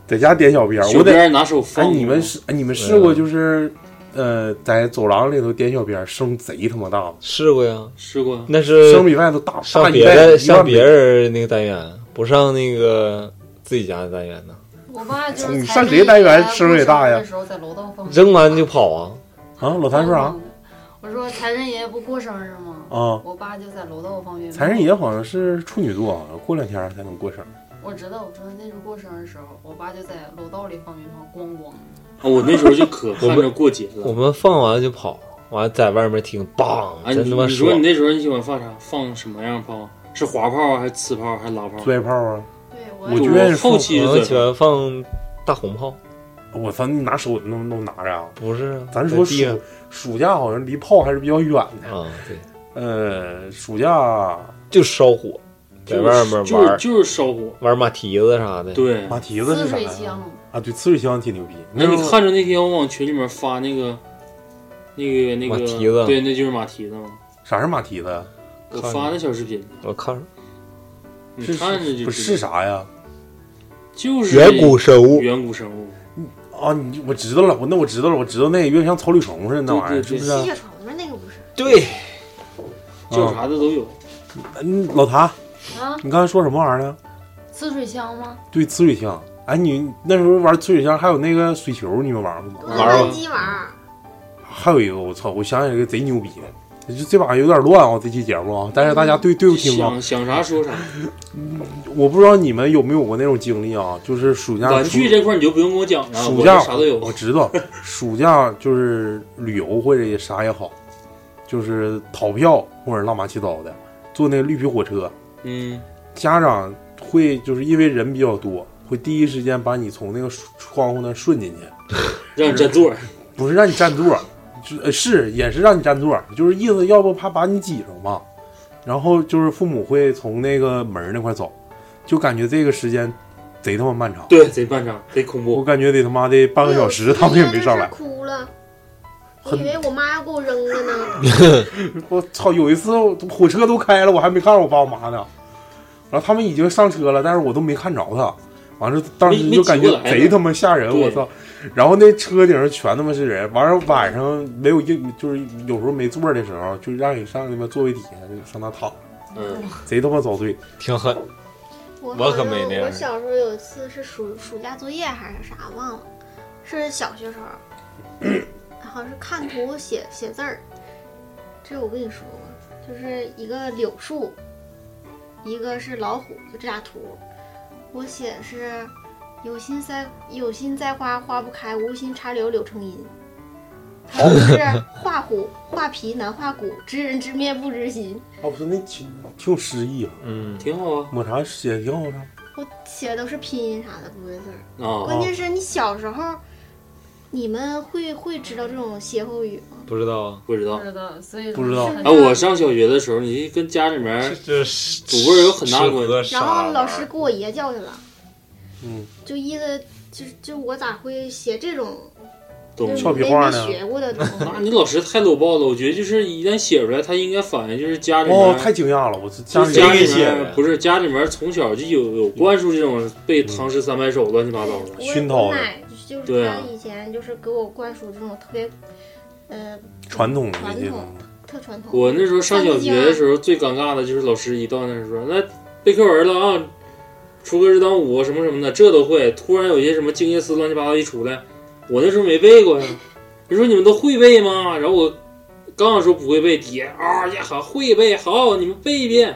S5: 在家点小鞭儿，
S4: 啊小
S5: 我得
S4: 边儿拿手
S5: 哎，
S4: 放。
S5: 你们试哎你们试过就是，呃，在走廊里头点小鞭儿，声贼他妈大，
S8: 试过呀。
S4: 试过啊？
S8: 那
S5: 声
S8: 是
S5: 比外头大大
S8: 上
S5: 一
S8: 别
S5: 倍，
S8: 的
S5: 一万
S8: 上
S5: 倍
S8: 别人那个单元，不上那个自己家的单元呢。
S6: 我爸就
S5: 你
S6: 是
S5: 上谁单元
S6: 吃
S5: 声儿也大呀
S6: 的时候在楼道
S4: 哦
S6: 放
S8: 扔完就跑啊！
S5: 啊！老谭说啥？
S6: 我说财神爷不过生日吗？
S5: 啊？
S6: 我爸就在楼道放鞭炮。
S5: 财神爷好像是处女座，好像过两天才能过生日。
S6: 我知道，我说那时候过生日的时候，我爸就在楼道里放鞭炮，咣咣。
S4: 啊我那时候就可 看
S8: 我们
S4: 着过节
S8: 我
S4: 了。
S8: 们放完就跑，完在外面听，梆，
S4: 啊，你
S8: 真他妈
S4: 你说你
S8: 爽！
S4: 那时候你喜欢放啥？放什么样炮？是滑炮啊，还是呲炮啊，还是拉炮啊？
S5: 摔炮啊！
S6: 对我
S5: 我
S6: 也
S5: 觉得是
S4: 后期
S8: 我
S4: 是
S8: 们
S4: 最
S8: 喜欢放大红炮，
S5: 我操，你拿手弄弄拿着啊！
S8: 不是啊？
S5: 咱说
S8: 在地
S5: 暑
S8: 上
S5: 暑假好像离炮还是比较远的。
S8: 啊，对，
S5: 呃，暑假
S8: 就烧火，
S4: 就
S8: 在
S4: 是
S8: 外面玩
S4: 就是
S8: 儿
S4: 就是烧火。
S8: 玩马蹄子啥的。
S4: 对，
S5: 马蹄子
S6: 呲
S5: 是啥
S6: 水
S5: 呀？
S6: 枪，
S5: 啊，对，呲水枪挺牛逼。
S4: 那
S5: 时
S4: 你
S5: 候
S4: 看着那天我往群里面发那个，那个那个
S8: 马蹄子
S4: 对，那就是马蹄子嘛。
S5: 啥是马蹄子呀？
S4: 我
S8: 看着
S4: 发那小视频，
S8: 我看
S4: 你
S5: 是
S4: 看着就
S5: 不是是
S4: 知道，
S5: 啥呀？
S4: 就是
S8: 远古生物，
S4: 远古生物，
S5: 啊，你我知道了，我那我知道了，我知道那有点像草履虫似的那玩意儿，
S4: 对对
S5: 是不
S4: 对
S5: 是啊？
S7: 吸血虫吗？那个不是，
S8: 对，啊
S4: 叫啥的都有。
S5: 嗯，老谭，
S6: 啊，
S5: 你刚才说什么玩意儿呢？
S6: 呲水枪吗？
S5: 对，呲水枪。哎，你那时候玩呲水枪，还有那个水球，你们玩过吗？
S7: 我
S8: 玩儿
S7: 跟
S8: 吧
S7: 鸡玩儿，
S5: 还有一个，我操，我想起来一个贼牛逼的，就这把有点乱啊、这期节目啊，但是大家对对不听啊，
S4: 想想啥说啥，
S5: 我不知道你们有没有过那种经历啊，就是暑假
S4: 玩
S5: 出
S4: 具这块儿你就不用跟我讲了，
S5: 暑
S4: 我
S5: 假
S4: 这啥都有。
S5: 我 知道，暑假就是旅游或者也啥也好，就是逃票或者乱七八糟的，坐那个绿皮火车，
S4: 嗯，
S5: 家长会就是因为人比较多，会第一时间把你从那个窗户那顺进去。
S4: 让你占座儿，
S5: 不是让你占座，就呃是也是让你占座，就是意思要不怕把你挤着嘛。然后就是父母会从那个门儿那块走，就感觉这个时间贼他妈漫长。
S4: 对，贼漫长，贼恐怖
S5: 我。感觉得他妈的半个小时他们也没上来
S7: 我。哭了，我以为我妈要给我扔了呢。
S5: 我操！有一次火车都开了，我还没看着我爸我妈呢。然后他们已经上车了，但是我都没看着他。完了，当时就感觉
S4: 没没挤过来呢
S5: 贼他妈吓人，
S4: 对
S5: 我操！然后那车顶上全他妈是人。完了晚上没有硬，就是有时候没座的时候，就让你上他妈座位底下上那躺，
S4: 嗯，
S5: 贼他妈遭罪。
S8: 挺狠。
S2: 我
S8: 我
S2: 好
S8: 可
S2: 像
S8: 没那样
S2: 我小时候有一次是暑暑假作业还是啥忘了，是小学时候，好像是看图写写字儿。这我跟你说过，就是一个柳树，一个是老虎，就这俩图。我写的是有心栽有心栽花花不开，无心插柳柳成荫。还有是 画虎画皮难画骨，知人知面不知心。
S5: 哦，不是，那挺挺有诗意啊。
S8: 嗯，
S4: 挺好啊
S5: 抹茶写的挺好的，
S2: 我写的都是拼音啥的，不会字儿。
S4: 啊！
S2: 关键是你小时候，你们会会知道这种歇后语吗？
S8: 不知道啊，
S4: 不知道
S6: 不知道，所以
S5: 不知道
S6: 很
S4: 啊，我上小学的时候，你跟家里面
S8: 这是
S4: 哎祖辈有很大关系
S2: 然后老师给我爷叫去了，
S5: 嗯，
S2: 就意思就是就我咋会写这种
S4: 懂
S2: 就是
S5: 俏皮
S2: 没
S5: 话
S2: 没
S5: 呢
S2: 学过的 东西？
S4: 那你老师太搂抱了，我觉得就是一旦写出来，他应该反映就是家里面，
S5: 哦，太惊讶了，我这家
S4: 就
S5: 里
S4: 是
S8: 谁
S4: 家
S8: 给
S4: 里
S8: 写的
S4: 面不是家里面从小就有有灌输这种背唐诗三百首乱七八糟的，
S2: 我
S5: 熏陶
S2: 我
S5: 的
S2: 奶就是
S4: 对
S2: 她
S4: 啊
S2: 以前就是给我灌输这种特别，呃，
S5: 传统的
S2: 传
S5: 这种
S2: 统，特传统。
S4: 我那时候上小学的时候，最尴尬的就是老师一到那儿说：“那背课文了啊，锄禾日当午什么什么的，这都会。”突然有些什么《静夜思》乱七八糟一出来，我那时候没背过呀。 你说你们都会背吗？然后我刚想说不会背，爹啊呀喊会背，好，你们背一遍。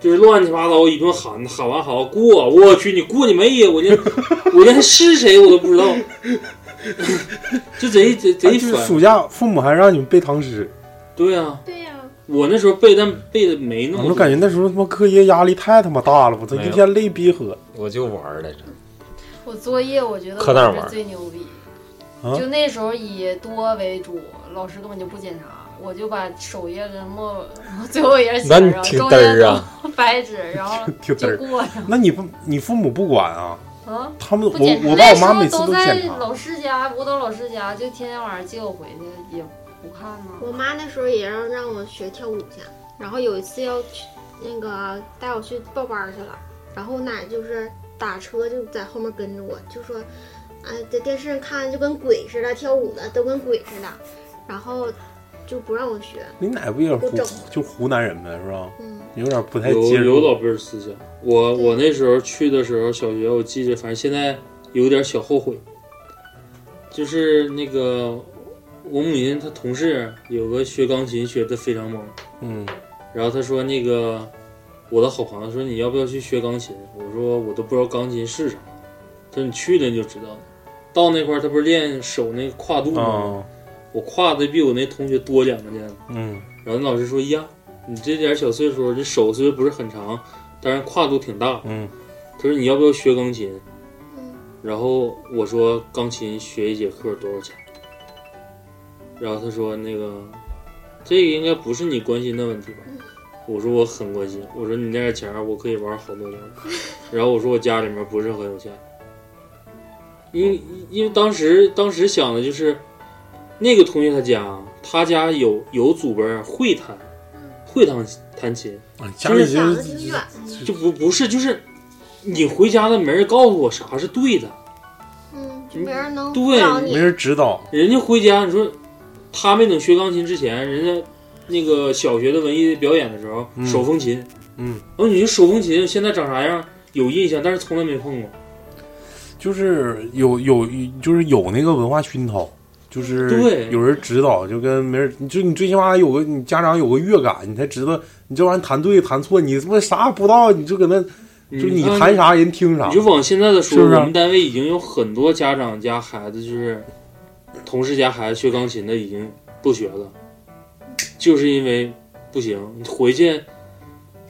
S4: 就是乱七八糟一顿喊，喊完好过，我去你过你妹呀！我连我连他是谁我都不知道， 就贼贼
S5: 哎
S4: 贼
S5: 就是
S4: 烦。
S5: 暑假父母还让你们背唐诗，
S4: 对啊，
S7: 对呀、
S4: 我那时候背，但背的没那么
S5: 我
S4: 多。
S5: 就感觉那时候他妈课业压力太他妈大了，我操，
S8: 没有
S5: 一天累逼喝
S8: 我就玩儿来着，
S6: 我作业我觉得
S8: 磕那儿玩
S6: 我
S8: 儿
S6: 是最牛逼
S5: 啊，
S6: 就那时候以多为主，老师根本就不检查，我就把首页跟末最后一页写
S8: 那你
S6: 上，
S8: 挺
S6: 中
S8: 嘚
S6: 间
S8: 儿
S6: 都
S8: 啊，
S6: 白纸，然 后
S5: 挺嘚
S6: 就
S5: 儿。
S6: 过上
S5: 那你不，你父母不管啊？
S6: 啊。
S5: 他们
S6: 不
S5: 我
S6: 检查，
S5: 我爸我妈
S6: 那
S5: 每
S6: 时
S5: 次
S6: 候
S5: 都
S6: 都在
S5: 检查，
S6: 老师家，舞蹈老师家，就天天晚上接我回去，也不看呢。
S7: 我妈那时候也让让我学跳舞去，然后有一次要去那个带我去报班儿去了，然后我奶就是打车就在后面跟着我，就说，啊，在电视上看就跟鬼似的，跳舞的都跟鬼似的，然后就不让我学，
S5: 你奶不也是湖
S7: 不整
S5: 就湖南人呗，是吧？
S7: 嗯，
S5: 有点不太
S4: 有
S5: 接
S4: 有老
S5: 受。
S4: 辈儿思想。我我那时候去的时候，小学我记着，反正现在有点小后悔，就是那个我母亲她同事有个学钢琴学的非常猛，
S5: 嗯，
S4: 然后她说那个我的好朋友说你要不要去学钢琴？我说我都不知道钢琴是啥，她说你去了你就知道了。到那块儿，他不是练手那个跨度吗？
S5: 啊，
S4: 我跨的比我那同学多两个键。
S5: 嗯，
S4: 然后那老师说：“呀，你这点小岁数，这手虽然不是很长，但是跨度挺大。
S5: 嗯，
S4: 他说你要不要学钢琴？
S7: 嗯
S4: 然后我说钢琴学一节课多少钱？然后他说那个，这个应该不是你关心的问题吧？我说我很关心，我说你那点钱儿我可以玩好多年。然后我说我家里面不是很有钱，因因为当时当时想的就是，那个同学他家他家有有祖辈儿会弹，会弹弹琴，
S5: 哎家里就
S7: 想的
S5: 是
S7: 挺远，
S4: 就不不是就是，你回家了没人告诉我啥是对的，
S7: 嗯，就没人能
S4: 对
S7: 辅导
S5: 没
S7: 你，
S5: 人指导。
S4: 人家回家，你说他没等学钢琴之前，人家那个小学的文艺表演的时候，
S5: 嗯
S4: 手风琴，
S5: 嗯，
S4: 然后你说手风琴现在长啥样有印象，但是从来没碰过。
S5: 就是有有就是有那个文化熏陶，就是
S4: 对
S5: 有人指导，就跟没人，就你最起码有个你家长有个乐感，你才知道你这玩意儿弹对弹错，你他妈啥也不知道，你就搁那就你
S4: 看
S5: 弹啥人听
S4: 嗯
S5: 啥
S4: 你，就往现在的说，
S5: 是不是
S4: 我们单位已经有很多家长家孩子就是同事家孩子学钢琴的已经不学了，就是因为不行，你回去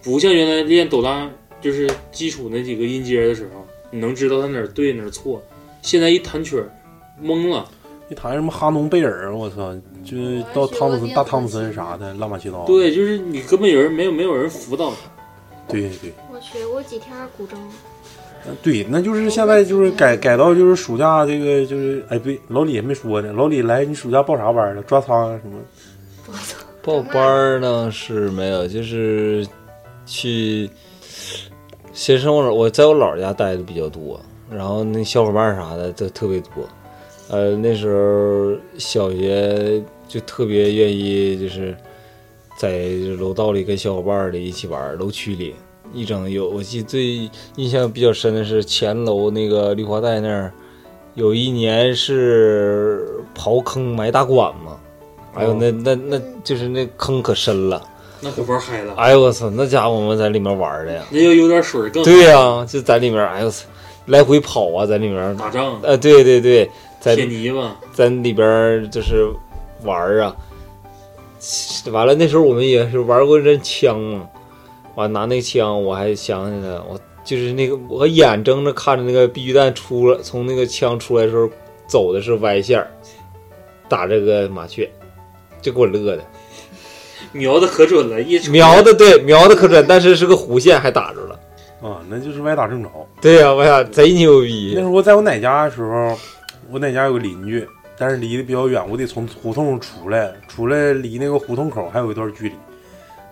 S4: 不像原来练哆啦就是基础那几个音阶的时候，你能知道他哪儿对哪儿错，现在一弹曲儿懵了。
S5: 一弹什么哈农贝尔，我操，就是到汤姆森大汤姆森啥的，乱七八糟。
S4: 对，就是你根本有人没有没有人辅导他。
S5: 对对
S7: 我学过几天古筝，
S5: 呃对，那就是现在就是改改到就是暑假这个就是哎不对，老李也没说呢，老李来你暑假报啥班儿了？抓苍啊什么？
S8: 报班儿呢是没有，就是去先上我姥我在我姥儿家待的比较多，然后那小伙伴儿啥的都特别多。呃，那时候小学就特别愿意就是在楼道里跟小伙伴儿里一起玩儿，楼区里一整有，我记得最印象比较深的是前楼那个绿化带那儿，有一年是刨坑埋大管嘛，哎呦，那那那就是那坑可深了，
S4: 那可玩嗨了。
S8: 哎呦我操，那家伙我们在里面玩的呀，
S4: 那要有点水更
S8: 对呀、就在里面，哎呦我操，来回跑啊，在里面，
S4: 打仗
S8: 呃，对对对，在
S4: 铁泥巴，
S8: 在里边儿就是玩儿啊。完了，那时候我们也是玩过一阵枪嘛，完拿那个枪，我还想起来，我就是那个我眼睁着看着那个避孕弹出了，从那个枪出来的时候走的是歪线儿，打这个麻雀，这给我乐的，
S4: 瞄的可准了，一 出
S8: 瞄的对瞄的可准，但是是个弧线还打着了，
S5: 啊，那就是歪打正着。
S8: 对呀、我操，贼牛
S5: 那时
S8: 逼，
S5: 候我在我奶家的时候，我奶家有个邻居，但是离得比较远，我得从胡同出来，出来离那个胡同口还有一段距离。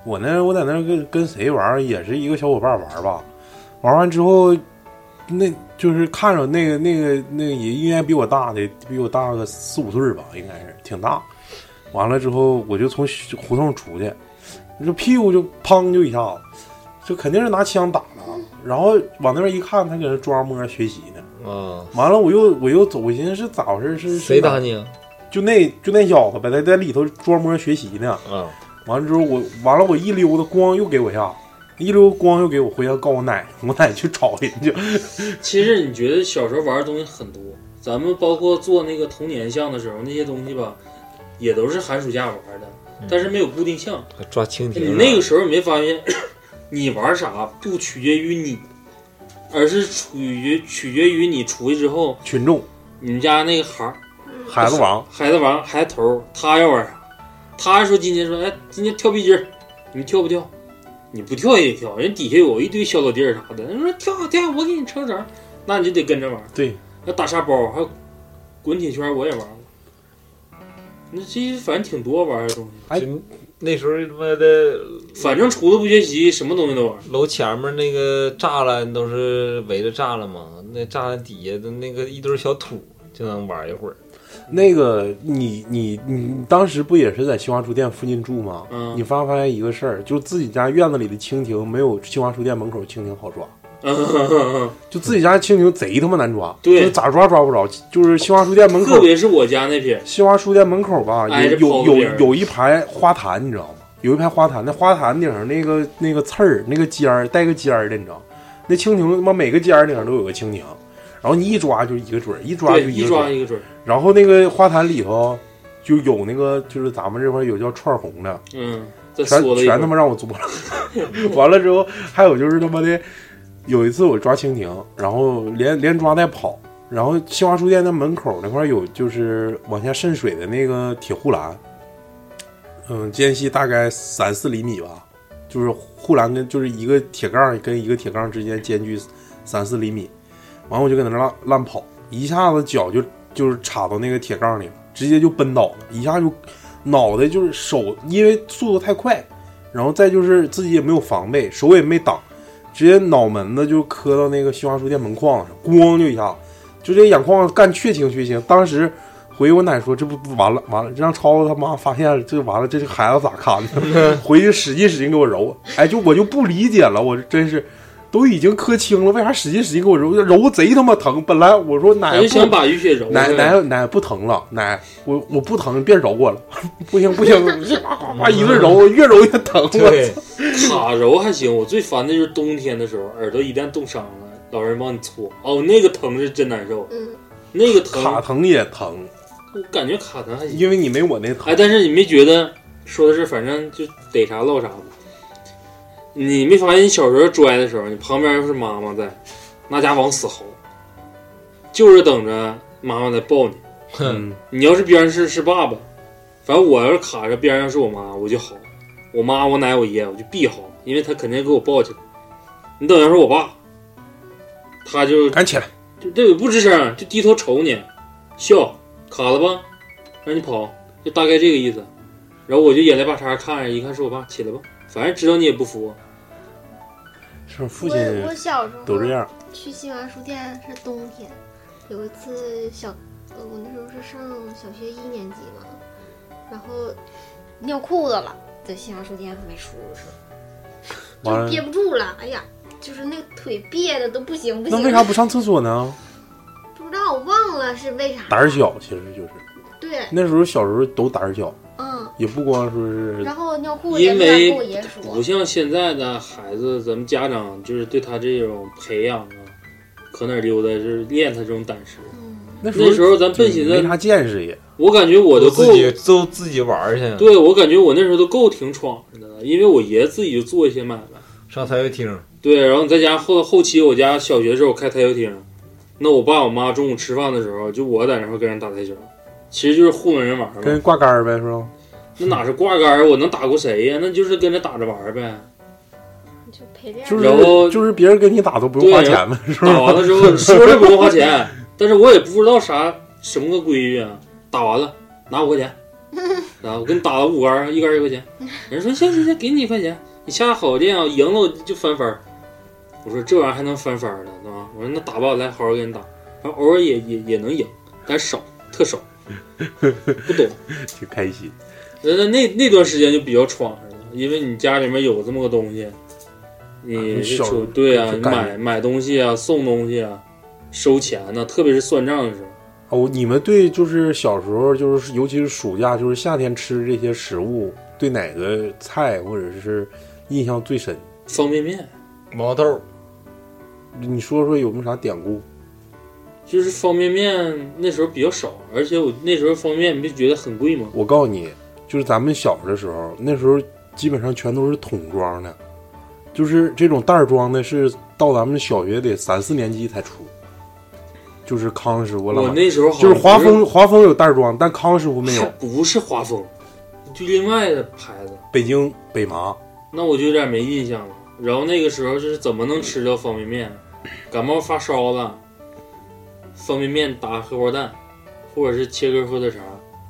S5: 我呢，我在那儿跟跟谁玩儿，也是一个小伙伴玩儿吧，玩完之后，那就是看着那个那个那个也应该比我大的，比我大个四五岁儿吧，应该是挺大。完了之后，我就从胡同出去，就屁股就砰就一下子，就肯定是拿枪打的。然后往那边一看，他搁那装摸学习呢。
S8: 啊，
S5: 完了，我又我又走，我寻思是咋回事？是是
S8: 谁
S5: 哪
S8: 打你啊？
S5: 就那就那小子呗，他在里头装模学习呢。
S8: 啊，
S5: 完了之后我完了，我一溜达，咣又给我一下，一溜达咣又给我回家告我奶，我奶去找人去。
S4: 嗯其实你觉得小时候玩的东西很多，咱们包括做那个童年项的时候，那些东西吧，也都是寒暑假玩的，但是没有固定项。
S8: 抓蜻蜓
S4: 你
S8: 了，
S4: 那个时候没发现，你玩啥不取决于你，而是取决取决于你出去之后，
S5: 群众
S4: 你们家那个孩儿、
S5: 孩子王，
S4: 孩子王、孩子头儿，他要玩啥，他说今天说，哎，今天跳皮筋儿，你跳不跳？你不跳也得跳，人底下有一堆小老弟儿啥的，人说跳跳，我给你撑绳儿，那你就得跟着玩。
S5: 对，
S4: 还打沙包，还有滚铁圈，我也玩过。那这反正挺多玩的东西，
S5: 哎
S8: 就那时候他妈的
S4: 反正除了不学习，什么东西都 玩。
S8: 楼前面那个栅栏都是围着栅栏嘛，那栅栏底下的那个一堆小土就能玩一会儿。
S5: 那个你你你当时不也是在新华书店附近住吗？
S4: 嗯
S5: 你发没发现一个事儿，就自己家院子里的蜻蜓没有新华书店门口蜻蜓好抓。
S4: 嗯，
S5: 就自己家蜻蜓贼他妈难抓，
S4: 对
S5: 就是咋抓抓不着。就是新华书店门口
S4: 特别是我家那片，
S5: 新华书店门口吧，
S4: 挨
S5: 有
S4: 着
S5: 有
S4: 刨
S5: 有
S4: 子边儿
S5: 有一排花坛，你知道吗？有一排花坛，那花坛顶上那个那个刺儿，那个尖儿带个尖儿的，你知道吗？那蜻蜓他妈每个尖儿顶上都有个蜻蜓，然后你一抓就一个准儿，一 抓就
S4: 对，一
S5: 个准
S4: 抓
S5: 儿。
S4: 一个准儿。
S5: 然后那个花坛里头就有那个就是咱们这块儿有叫串红的，
S4: 嗯，再
S5: 全
S4: 缩了一
S5: 全他
S4: 个，
S5: 妈让我做了。 完了之后，还有就是他妈的，有一次我抓蜻蜓，然后连连抓带跑，然后新华书店那门口那块有就是往下渗水的那个铁护栏，嗯，间隙大概三四厘米吧，就是护栏跟就是一个铁杠跟一个铁杠之间间距三四厘米，完我就搁那乱乱跑，一下子脚就就是插到那个铁杠里了，直接就奔倒了，一下就脑袋就是手，因为速度太快，然后再就是自己也没有防备，手也没挡，直接脑门子就磕到那个新华书店门框上，咣就一下，就这眼眶干血青血青。当时回我奶说，这不不完了完了，这让超子他妈发现了，这完了，这孩子咋看的？ 回去使劲使劲给我揉，哎，就我就不理解了，我真是。都已经磕青了，为啥使劲使劲给我揉？揉贼他妈疼！本来我说
S4: 我
S5: 奶
S4: 就
S5: 不
S4: 想把淤血揉
S5: 奶
S4: 开
S5: 奶奶不疼了，奶我我不疼，别揉我了，不行不行， 哗哗哗一顿揉，越揉越疼。我
S8: 对，
S4: 卡揉还行，我最烦的就是冬天的时候，耳朵一旦冻伤了，老人帮你搓，哦，那个疼是真难受，
S7: 嗯，
S4: 那个疼，
S5: 卡疼也疼，
S4: 我感觉卡疼还行。
S5: 因为你没我那
S4: 哎，
S5: 疼。
S4: 但是你没觉得说的是，反正就逮啥唠啥吗？你没发现你小时候拽的时候，你旁边要是妈妈在，那家往死嚎，就是等着妈妈来抱你。
S5: 嗯，
S4: 你要是边上是是爸爸，反正我要是卡着边上是我妈，我就嚎，我妈、我奶、我爷，我就必嚎，因为他肯定给我抱起来。你等要是我爸，他就
S5: 赶紧起来，
S4: 就这也不吱声，就低头瞅你，笑，卡了吧，让你跑，就大概这个意思。然后我就眼泪巴叉看着，一看是我爸，起来吧，反正知道你也不服。
S5: 是父亲
S2: 我我小时候
S5: 都这样。
S2: 去新华书店是冬天，有一次小，呃，我那时候是上小学一年级嘛，然后尿裤子了，在新华书店买书的时候，
S5: 完
S7: 就
S5: 了
S7: 憋，不住了，哎呀，就是那个腿憋的都不行不
S5: 那
S7: 行。
S5: 为啥不上厕所呢？
S7: 不知道，我忘了是为啥。
S5: 胆儿。小，其实就是
S7: 对，
S5: 那时候小时候都胆儿小，
S7: 嗯。
S5: 也不光说是
S7: 然后尿裤子
S4: 因为
S7: 跟我爷说，
S4: 不像现在的孩子，咱们家长就是对他这种培养啊，可哪儿溜达，就是练他这种胆识。
S5: 那时候
S4: 那时候咱笨寻
S5: 没
S4: 思，
S5: 啥见识也，
S4: 我感觉我都够
S8: 自，己都自己玩儿去，
S4: 对我感觉我那时候都够挺闯的了，因为我爷自己就做一些买卖。
S8: 上台球厅，
S4: 对，然后你在家后后期，我家小学时候开台球厅，那我爸我妈中午吃饭的时候，就我在那块跟人打台球，其实就是糊弄人玩儿
S5: 跟人
S4: 嘛。
S5: 挂杆儿呗，是吧？
S4: 那哪是挂杆儿，我能打过谁呀？那就是跟着打着玩儿呗。
S7: 就陪练。
S5: 就是
S4: 然后
S5: 就是别人跟你打都不用花
S4: 对
S5: 钱呗，是
S4: 打
S5: 吧？
S4: 完了之后说是不用花钱，但是我也不知道啥什么个规矩啊。打完了拿五块钱，然后我给你打了五杆儿，一杆儿一块钱。人说行行行，给你一块钱，你下好练啊，赢了我就翻番儿。我说这玩意儿还能翻番儿呢，对吧？我说那打吧，我来好好给你打，然后偶尔也也也能赢，但是少，特少，不懂。
S5: 挺开心。
S4: 那那那那段时间就比较闯着了，因为你家里面有这么个东西，你是
S5: 小
S4: 出对啊，
S5: 就
S4: 你
S5: 干
S4: 买买东西啊，送东西啊，收钱呢、特别是算账的时候，
S5: 哦，你们对就是小时候就是尤其是暑假就是夏天吃这些食物，对哪个菜或者是印象最深？
S4: 方便面
S8: 毛豆儿，
S5: 你说说有没有啥典故？
S4: 就是方便面那时候比较少，而且我那时候方便面你不觉得很贵吗？
S5: 我告诉你，就是咱们小的时候，那时候基本上全都是桶装的，就是这种袋儿装的，是到咱们小学得三四年级才出，就是康师傅了
S4: 我
S5: 嘛。
S4: 那时候好
S5: 就
S4: 像
S5: 是华
S4: 不是
S5: 丰，华丰有袋儿装，但康师傅没 有
S4: 还。不是华丰，就另外的牌子，
S5: 北京北麻，
S4: 那我就有点没印象了。然后那个时候就是怎么能吃到方便面？感冒发烧了，方便面打荷包蛋，或者是切根火腿肠，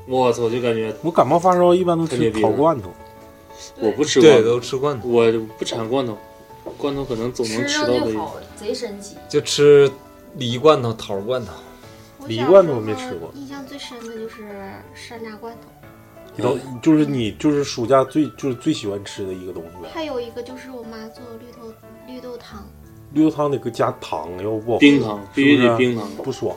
S4: 我操，就感觉
S5: 我感冒发烧一般都
S4: 太牛
S5: 吃
S4: 逼
S5: 烤
S4: 了
S5: 罐头。
S4: 我不吃
S8: 对，
S4: 罐头，
S8: 都吃罐头，
S4: 我不馋罐头，罐头可能总能
S6: 吃
S4: 吃
S6: 上
S4: 到的一
S6: 就。好，贼神奇。
S8: 就吃梨罐头、桃罐头。
S7: 我
S5: 梨
S7: 小
S5: 罐
S7: 时
S5: 头
S7: 候
S5: 没吃过
S7: 印象最深的就是山楂罐头，
S5: 你都
S4: 嗯
S5: 就是你就是暑假最就是最喜欢吃的一个东西呗。
S7: 还有一个就是我妈做的绿豆绿豆汤，
S5: 绿豆汤得给加糖，要不
S4: 冰糖必须
S5: 是不啊
S4: 得
S5: 是
S4: 冰糖，
S5: 不爽。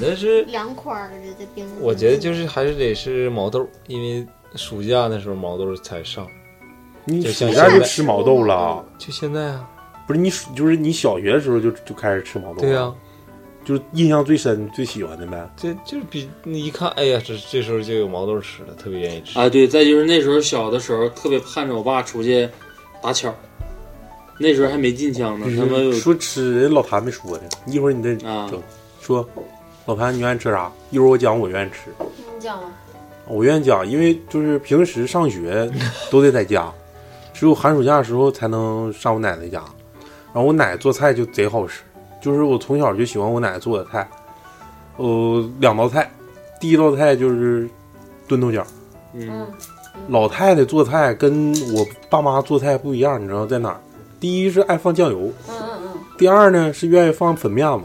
S8: 那是
S7: 凉块儿的在冰。
S8: 我觉得就是还是得是毛豆儿，因为暑假那时候毛豆儿才上，
S5: 你
S8: 就
S5: 暑
S8: 像
S5: 假
S8: 现
S5: 就
S8: 在
S5: 吃毛豆了，
S8: 就现在啊，
S5: 不是你暑就是你小学的时候就就开始吃毛豆。
S8: 对呀、，啊
S5: 就是印象最深、最喜欢的呗。
S8: 这就是比你一看，哎呀，这这时候就有毛豆吃了，特别愿意吃。
S4: 啊，对，再就是那时候小的时候特别盼着我爸出去打巧，那时候还没禁枪呢，他们有
S5: 嗯说吃，人老谭没说呢。一会儿你再
S4: 啊
S5: 整，说老谭你愿意吃啥？一会儿我讲我愿意吃，
S6: 你讲啊吧，
S5: 我愿意讲，因为就是平时上学都得在家，只有寒暑假的时候才能上我奶奶家。然后我奶做菜就贼好吃，就是我从小就喜欢我奶做的菜。呃，两道菜，第一道菜就是炖豆角，
S4: 嗯
S6: 嗯，
S5: 老太太做菜跟我爸妈做菜不一样，你知道在哪儿？第一是爱放酱油，
S6: 嗯嗯嗯，
S5: 第二呢是愿意放粉面子、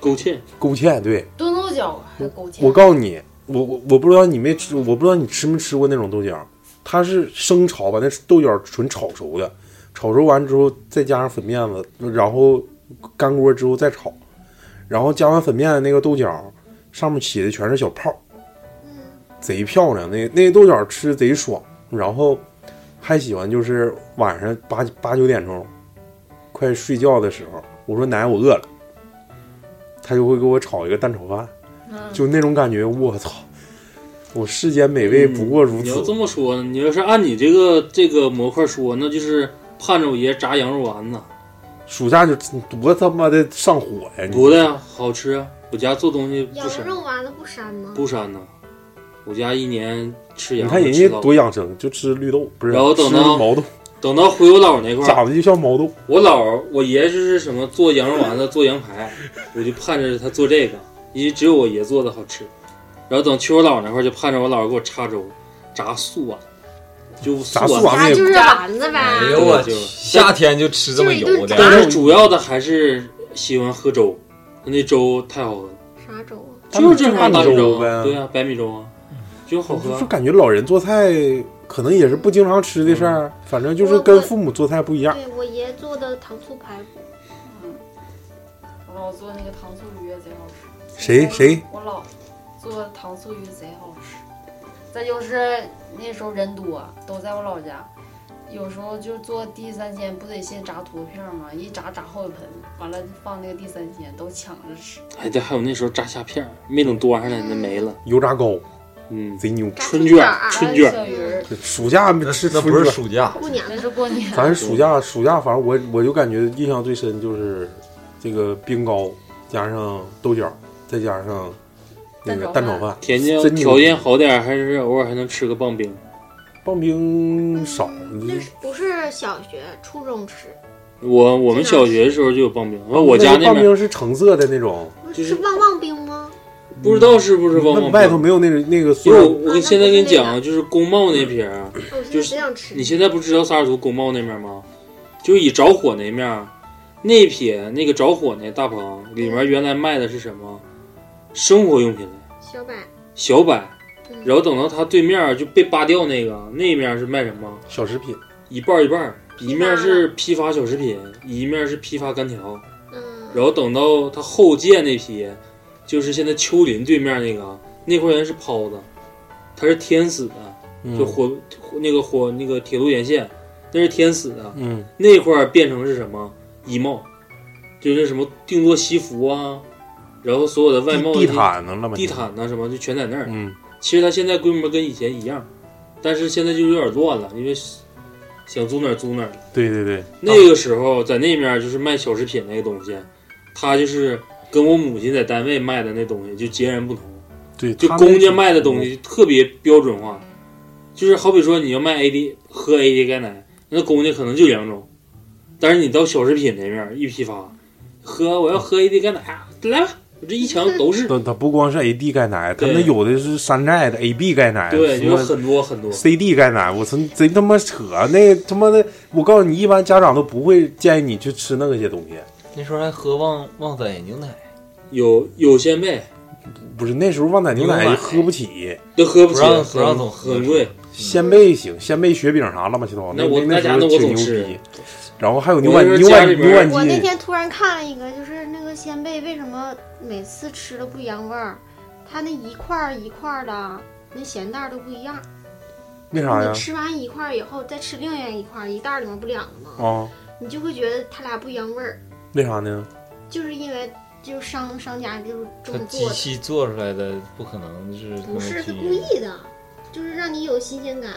S4: 勾芡，
S5: 勾芡。对
S6: 炖豆角啊还勾芡，
S5: 我告诉你，我我我不知道你没吃，我不知道你吃没吃过那种豆角，它是生炒，把那豆角纯炒熟的，炒熟完之后再加上粉面子，然后干锅之后再炒，然后加完粉面的那个豆角上面起的全是小泡，贼漂亮，那那豆角吃贼爽，然后还喜欢就是晚上八八九点钟快睡觉的时候，我说奶我饿了，他就会给我炒一个蛋炒饭。
S6: 嗯
S5: 就那种感觉，我操！我世间美味不过如
S4: 嗯你要
S5: 此
S4: 这。么说，你要是按你这个这个模块说，那就是盼着我爷炸羊肉丸子，
S5: 暑假就多他妈的上火呀！你
S4: 不的呀，好吃啊！我家做东西不
S7: 羊
S4: 膻，
S7: 肉丸子不膻吗？
S4: 不膻呢。我家一年吃
S5: 你
S4: 羊，
S5: 看人
S4: 吃
S5: 家
S4: 到
S5: 多养生，就吃绿豆，不是
S4: 然后等
S5: 吃
S4: 到
S5: 毛豆，
S4: 等到回我姥那块儿，
S5: 长得就像毛豆。
S4: 我姥我爷就是什么做羊肉丸子、做羊排，我就盼着他做这个，因为只有我爷做的好吃。然后等去我姥那块儿，就盼着我姥给我叉粥，炸素丸，就
S5: 炸素
S4: 丸
S5: 丸
S7: 那
S5: 子
S7: 就
S5: 也
S7: 是丸子呗。
S8: 哎呦
S4: 对
S8: 我
S4: 就
S8: 去，夏天就吃这么油的，
S4: 但是主要的还是喜欢喝粥，那粥太好喝了，
S5: 嗯
S7: 啥粥啊？
S4: 就是正常大米
S5: 大米粥
S4: 啊
S5: 呗
S4: 对啊，白米粥啊，就好
S5: 哦就
S4: 喝
S5: 是。感觉老人做菜可能也是不经常吃的事
S4: 嗯
S5: 儿，反正就是跟父母做菜不一样。
S2: 对我爷做的糖醋排骨，
S6: 我老做那个糖醋鱼也啊贼好吃。
S5: 谁谁
S6: 我老做糖醋鱼贼好吃。再就是那时候人多，都在我老家，有时候就做地三鲜，不得先炸土豆片儿吗？一炸炸好几盆，完了放那个地三鲜，都抢着吃。
S4: 哎，对，还有那时候炸虾片儿，没等端上来那没了。
S5: 油炸糕
S4: 嗯，
S5: 贼牛，
S2: 炸
S4: 春
S2: 猪
S4: 卷
S2: 脚
S4: 儿
S5: 啊
S2: 儿
S4: 春
S6: 还有
S4: 卷
S6: 小
S4: 儿
S6: 鱼儿，
S5: 暑假没
S8: 那
S5: 吃
S8: 那
S5: 春
S8: 不是
S5: 卷
S8: 暑假，
S2: 过年
S6: 那
S2: 了
S6: 是过 年。
S5: 咱暑假暑假，反正我我就感觉印象最深就是这个冰糕加上豆角，再加上那个蛋
S6: 蛋
S5: 炒
S6: 炒
S5: 饭。
S4: 条件
S5: 真牛
S4: 条件好点儿，还是偶尔还能吃个棒冰。
S5: 棒冰少，
S7: 嗯
S2: 那是不是小学、初中吃？
S4: 我我们
S2: 这哪
S4: 小学的时候就有棒冰，完我家
S5: 那
S4: 那
S5: 个啊棒
S4: 边
S5: 冰是橙色的那种，
S4: 就是
S2: 是旺旺冰吗？
S4: 不知道是不是旺
S5: 那
S4: 旺
S5: 外头
S4: 冰。
S5: 没有那个那个塑
S4: 因为我
S5: 料，
S4: 我跟现在跟你讲，就是工贸那边儿，啊
S2: 哎我现
S4: 就
S2: 在
S4: 是
S2: 只想吃
S4: 你。现在不知道萨尔图工贸那面吗？就以着火那面儿，那撇那个着火那大棚里面原来卖的是什么？生活用品类，
S2: 小柏，
S4: 小摆
S2: 嗯。
S4: 然后等到它对面儿就被扒掉那个，那面儿是卖什么？
S5: 小食品，
S4: 一半儿一半儿，一面儿是批发小食品，一面儿是批发干条。
S2: 嗯，
S4: 然后等到它后建那批，就是现在丘陵对面那个那块原来是泡子，它是天死的，就
S5: 嗯
S4: 火、火那个火那个铁路沿线，那是天死的。
S5: 嗯，
S4: 那块儿变成是什么衣帽，就是什么定做西服啊，然后所有的外贸
S5: 地
S4: 的
S5: 毯呢，乱
S4: 地，毯呐、什么就全在那儿。
S5: 嗯，
S4: 其实它现在规模跟以前一样，但是现在就有点乱了，因为想租哪儿租哪儿。
S5: 对对对，
S4: 那个时候在那面就是卖小食品那个东西，它就是跟我母亲在单位卖的那东西就截然不同，
S5: 对，
S4: 就
S5: 他那
S4: 公家卖的东西特别标准化，就是好比说你要卖 AD 喝 AD 钙奶，那公家可能就两种，但是你到小食品那面一批发，喝我要喝 AD 钙奶，啊来吧，我这一墙都是，
S5: 它它嗯不光是 AD 钙奶，它
S4: 对
S5: 那有的是山寨的 AB 钙奶，
S4: 对，
S5: 什
S4: 有
S5: 么
S4: 很多很多，
S5: CD 钙奶，我操，贼他妈扯！那他妈的，我告诉你，一般家长都不会建议你去吃那个些东西。
S8: 那时候还喝旺旺仔牛奶，
S4: 有有鲜贝
S5: 不是那时候旺仔牛奶
S8: 牛奶
S5: 喝不起，
S4: 都喝不起，
S8: 不让不让
S4: 很
S8: 总喝
S4: 很贵，
S5: 鲜贝行，鲜贝雪饼啥乱七八糟。
S4: 那
S5: 那
S4: 我
S5: 那
S4: 那
S5: 时
S4: 家
S5: 候
S4: 那我
S5: 挺
S4: 总
S5: 牛
S4: 吃
S5: 逼。然后还有牛
S4: 我
S5: 板
S4: 那时候
S5: 牛
S4: 家
S5: 板
S4: 里边
S5: 牛板
S2: 我那
S5: 筋，
S2: 天突然看了一个，就是那个鲜贝为什么每次吃都不一样味儿？它那一块儿一块儿的，那咸淡儿都不一样。
S5: 为啥呀
S2: 你？吃完一块儿以后，再吃另外一块儿，一袋儿里面不两个吗？
S5: 啊，
S2: 你就会觉得它俩不一样味儿，
S5: 为啥呢？
S2: 就是因为就是商商家就是这
S8: 它
S2: 么
S8: 机
S2: 做的，
S8: 器做出来的不可能就是
S2: 不是他
S8: 他们
S2: 故意的，就是让你有新鲜感，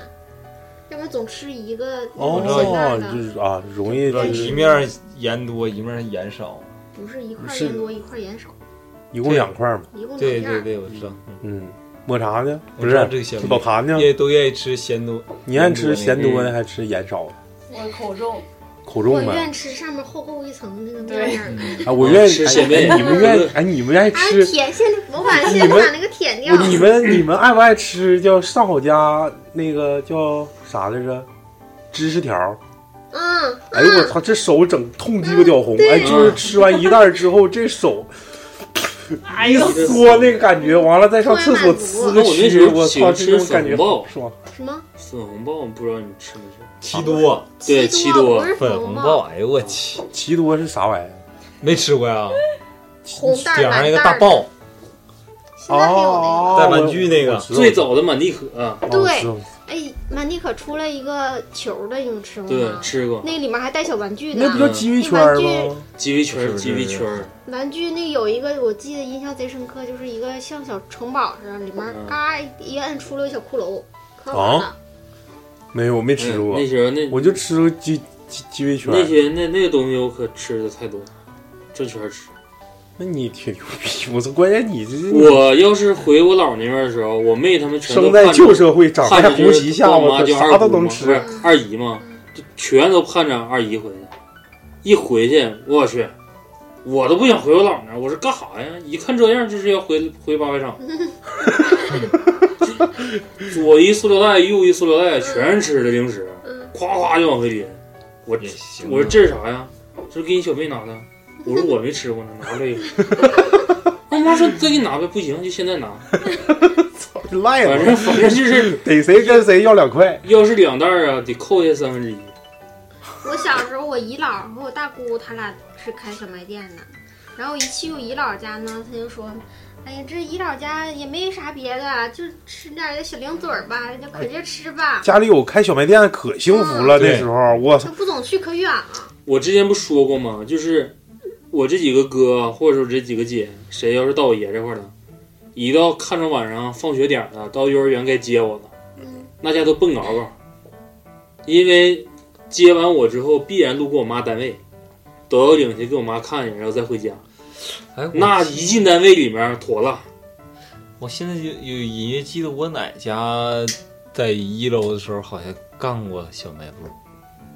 S2: 要不然总吃一个
S5: 哦
S2: 那种咸淡，的，
S5: 就是啊，容易就
S8: 一
S5: 是
S8: 面儿盐多一面儿盐少，
S2: 不是一块儿
S5: 是
S2: 盐多一块儿盐少，
S5: 一共两块嘛。
S2: 一共
S8: 对
S2: 两
S8: 对
S2: 样。
S8: 对，我知道，
S5: 嗯，抹茶呢？
S8: 我
S5: 不
S8: 知道
S5: 是
S8: 这个鲜
S5: 老
S8: 贝，
S5: 谭呢？
S8: 也都愿意吃咸多，
S5: 你爱吃咸多的还吃盐少的？
S6: 我口重，
S5: 口
S2: 我
S5: 重呗。
S2: 愿吃上面厚厚一层那个面
S6: 对
S2: 面儿的，
S5: 啊，我愿意
S4: 哦吃
S5: 哎
S4: 鲜贝
S5: 哎你们愿意哎，你们愿意
S2: 啊
S5: 吃
S2: 舔现在我把
S5: 你
S2: 现在
S5: 们
S2: 把那个舔掉
S5: 我，你们你们爱不爱吃叫上好佳那个叫啥来着？芝士条儿，
S2: 嗯，
S5: 哎呦我操，这手整痛鸡巴掉红，哎，
S2: 啊
S5: 就是吃完一袋儿之后，这手
S3: 哎呦，
S5: 缩那个感觉，完了再上厕所呲个
S4: 那我那
S5: 蛆，
S4: 时
S5: 我
S4: 候喜
S5: 操，
S4: 欢
S5: 这
S4: 吃
S5: 种感觉
S4: 粉
S5: 好
S4: 包，
S5: 爽。
S2: 什么
S4: 粉红豹，不知道你吃没吃？
S8: 奇多
S4: 对
S2: 七
S4: 七多
S2: 不是
S8: 粉红
S2: 红
S8: 豹，，哎呦我去，
S5: 奇多是啥玩意儿？
S8: 没吃过呀，
S2: 红袋儿
S8: 顶上
S2: 蓝
S8: 一个
S2: 袋
S8: 大
S2: 儿的，
S8: 豹，
S2: 现在还有那
S5: 哦
S2: 个。
S8: 带玩具那个
S5: 我知道
S4: 最早的满地可，啊
S5: 哦
S2: 对
S5: 知道
S2: 哎，满地可出来一个球的，你们吃过
S4: 对，
S2: 吗？
S4: 吃过
S2: 嗯那个里面还带小玩具的。
S5: 那不叫鸡尾圈儿吗？
S4: 鸡尾圈
S8: 是
S4: 儿，
S8: 不是
S4: 鸡尾圈儿，
S2: 玩具那有一个，我记得印象贼深刻，就是一个像小城堡似的，里面
S4: 嗯
S2: 嘎一摁出了个小骷髅，可好玩
S8: 啊
S2: 了。
S5: 没有，我没吃过
S4: 嗯那，时候那
S5: 我就吃过鸡鸡鸡尾圈儿。
S4: 那些那那个东西我可吃的太多，这圈儿吃。
S5: 那你挺牛逼， 我操！关键你这
S4: 我要是回我姥那边儿的时候，我妹他们全都
S5: 生在
S4: 盼
S5: 旧
S4: 着
S5: 社会，长
S4: 盼
S5: 在
S4: 着就
S5: 红
S4: 是
S5: 旗下，
S4: 我
S5: 我
S4: 妈
S5: 操，
S4: 叫
S5: 啥
S4: 二
S5: 都
S4: 姑
S5: 能
S4: 嘛，不
S5: 吃
S4: 是。二姨嘛，就全都盼着二姨回去。一回去，我去，我都不想回我姥那儿，我说干啥呀？一看这样就是要回回八百场。左一塑料袋，右一塑料袋，全是吃的零食，夸夸就往回拎。我
S8: 也行啊，
S4: 我说这是啥呀？这是给你小妹拿的。我说我没吃 过呢，拿这个。我妈说再给你拿呗，不行就现在拿。
S5: 赖
S4: 反正
S5: 了，
S4: 反正就是
S5: 逮谁跟谁要两块。
S4: 要是两袋儿啊，得扣下三分之一。
S7: 我小时候，我姨姥和我大姑他俩是开小卖店的，然后一去我姨姥家呢，他就说：“哎呀，这姨姥家也没啥别的，就吃点儿小零嘴儿吧，就可劲儿吃吧，
S5: 家里有开小卖店的可幸福
S4: 嗯
S5: 了，
S8: 对
S5: 那时候我操
S7: 就不总去可远了。
S4: 我之前不说过吗？就是我这几个哥啊或者说这几个姐，谁要是到我爷这块儿了，一到看着晚上放学点儿了，到幼儿园该接我了，
S7: 嗯
S4: 那家都蹦高高，因为接完我之后必然路过我妈单位，都要领去给我妈看一眼，然后再回家。
S8: 哎，我
S4: 那一进单位里面妥了，
S8: 我现在有有隐约记得我奶家在一楼的时候好像干过小卖部，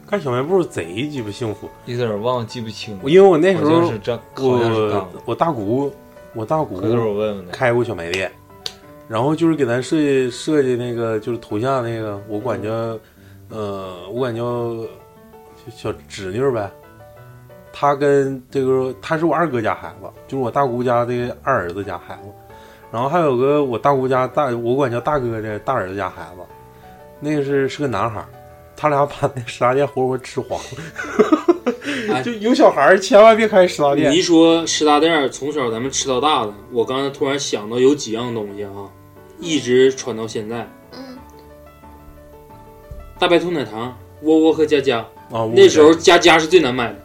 S5: 干小卖部贼鸡巴幸福。
S8: 有点忘记不清了。
S5: 我因为我那时
S8: 好像
S5: 候
S8: 是这，好像是干
S5: 我
S8: 过。
S5: 我大姑，我大姑
S8: 回头我问问他。
S5: 开过小卖店，然后就是给咱设计设计那个就是头像那个，我管叫、呃，我管叫就小侄女呗。她跟这个她是我二哥家孩子，就是我大姑家的二儿子家孩子，然后还有个我大姑家大我管叫大哥的大儿子家孩子，那个是是个男孩儿。他俩把那食杂店活活吃黄
S4: 哎
S5: 了， 就有小孩儿千万别开食杂店
S4: 你一。说吃大店儿，从小咱们吃到大的，我刚才突然想到有几样东西啊，一直传到现在。
S7: 嗯，
S4: 大白兔奶糖、窝窝和佳佳，
S5: 啊，我
S4: 那时候佳佳是最难买的，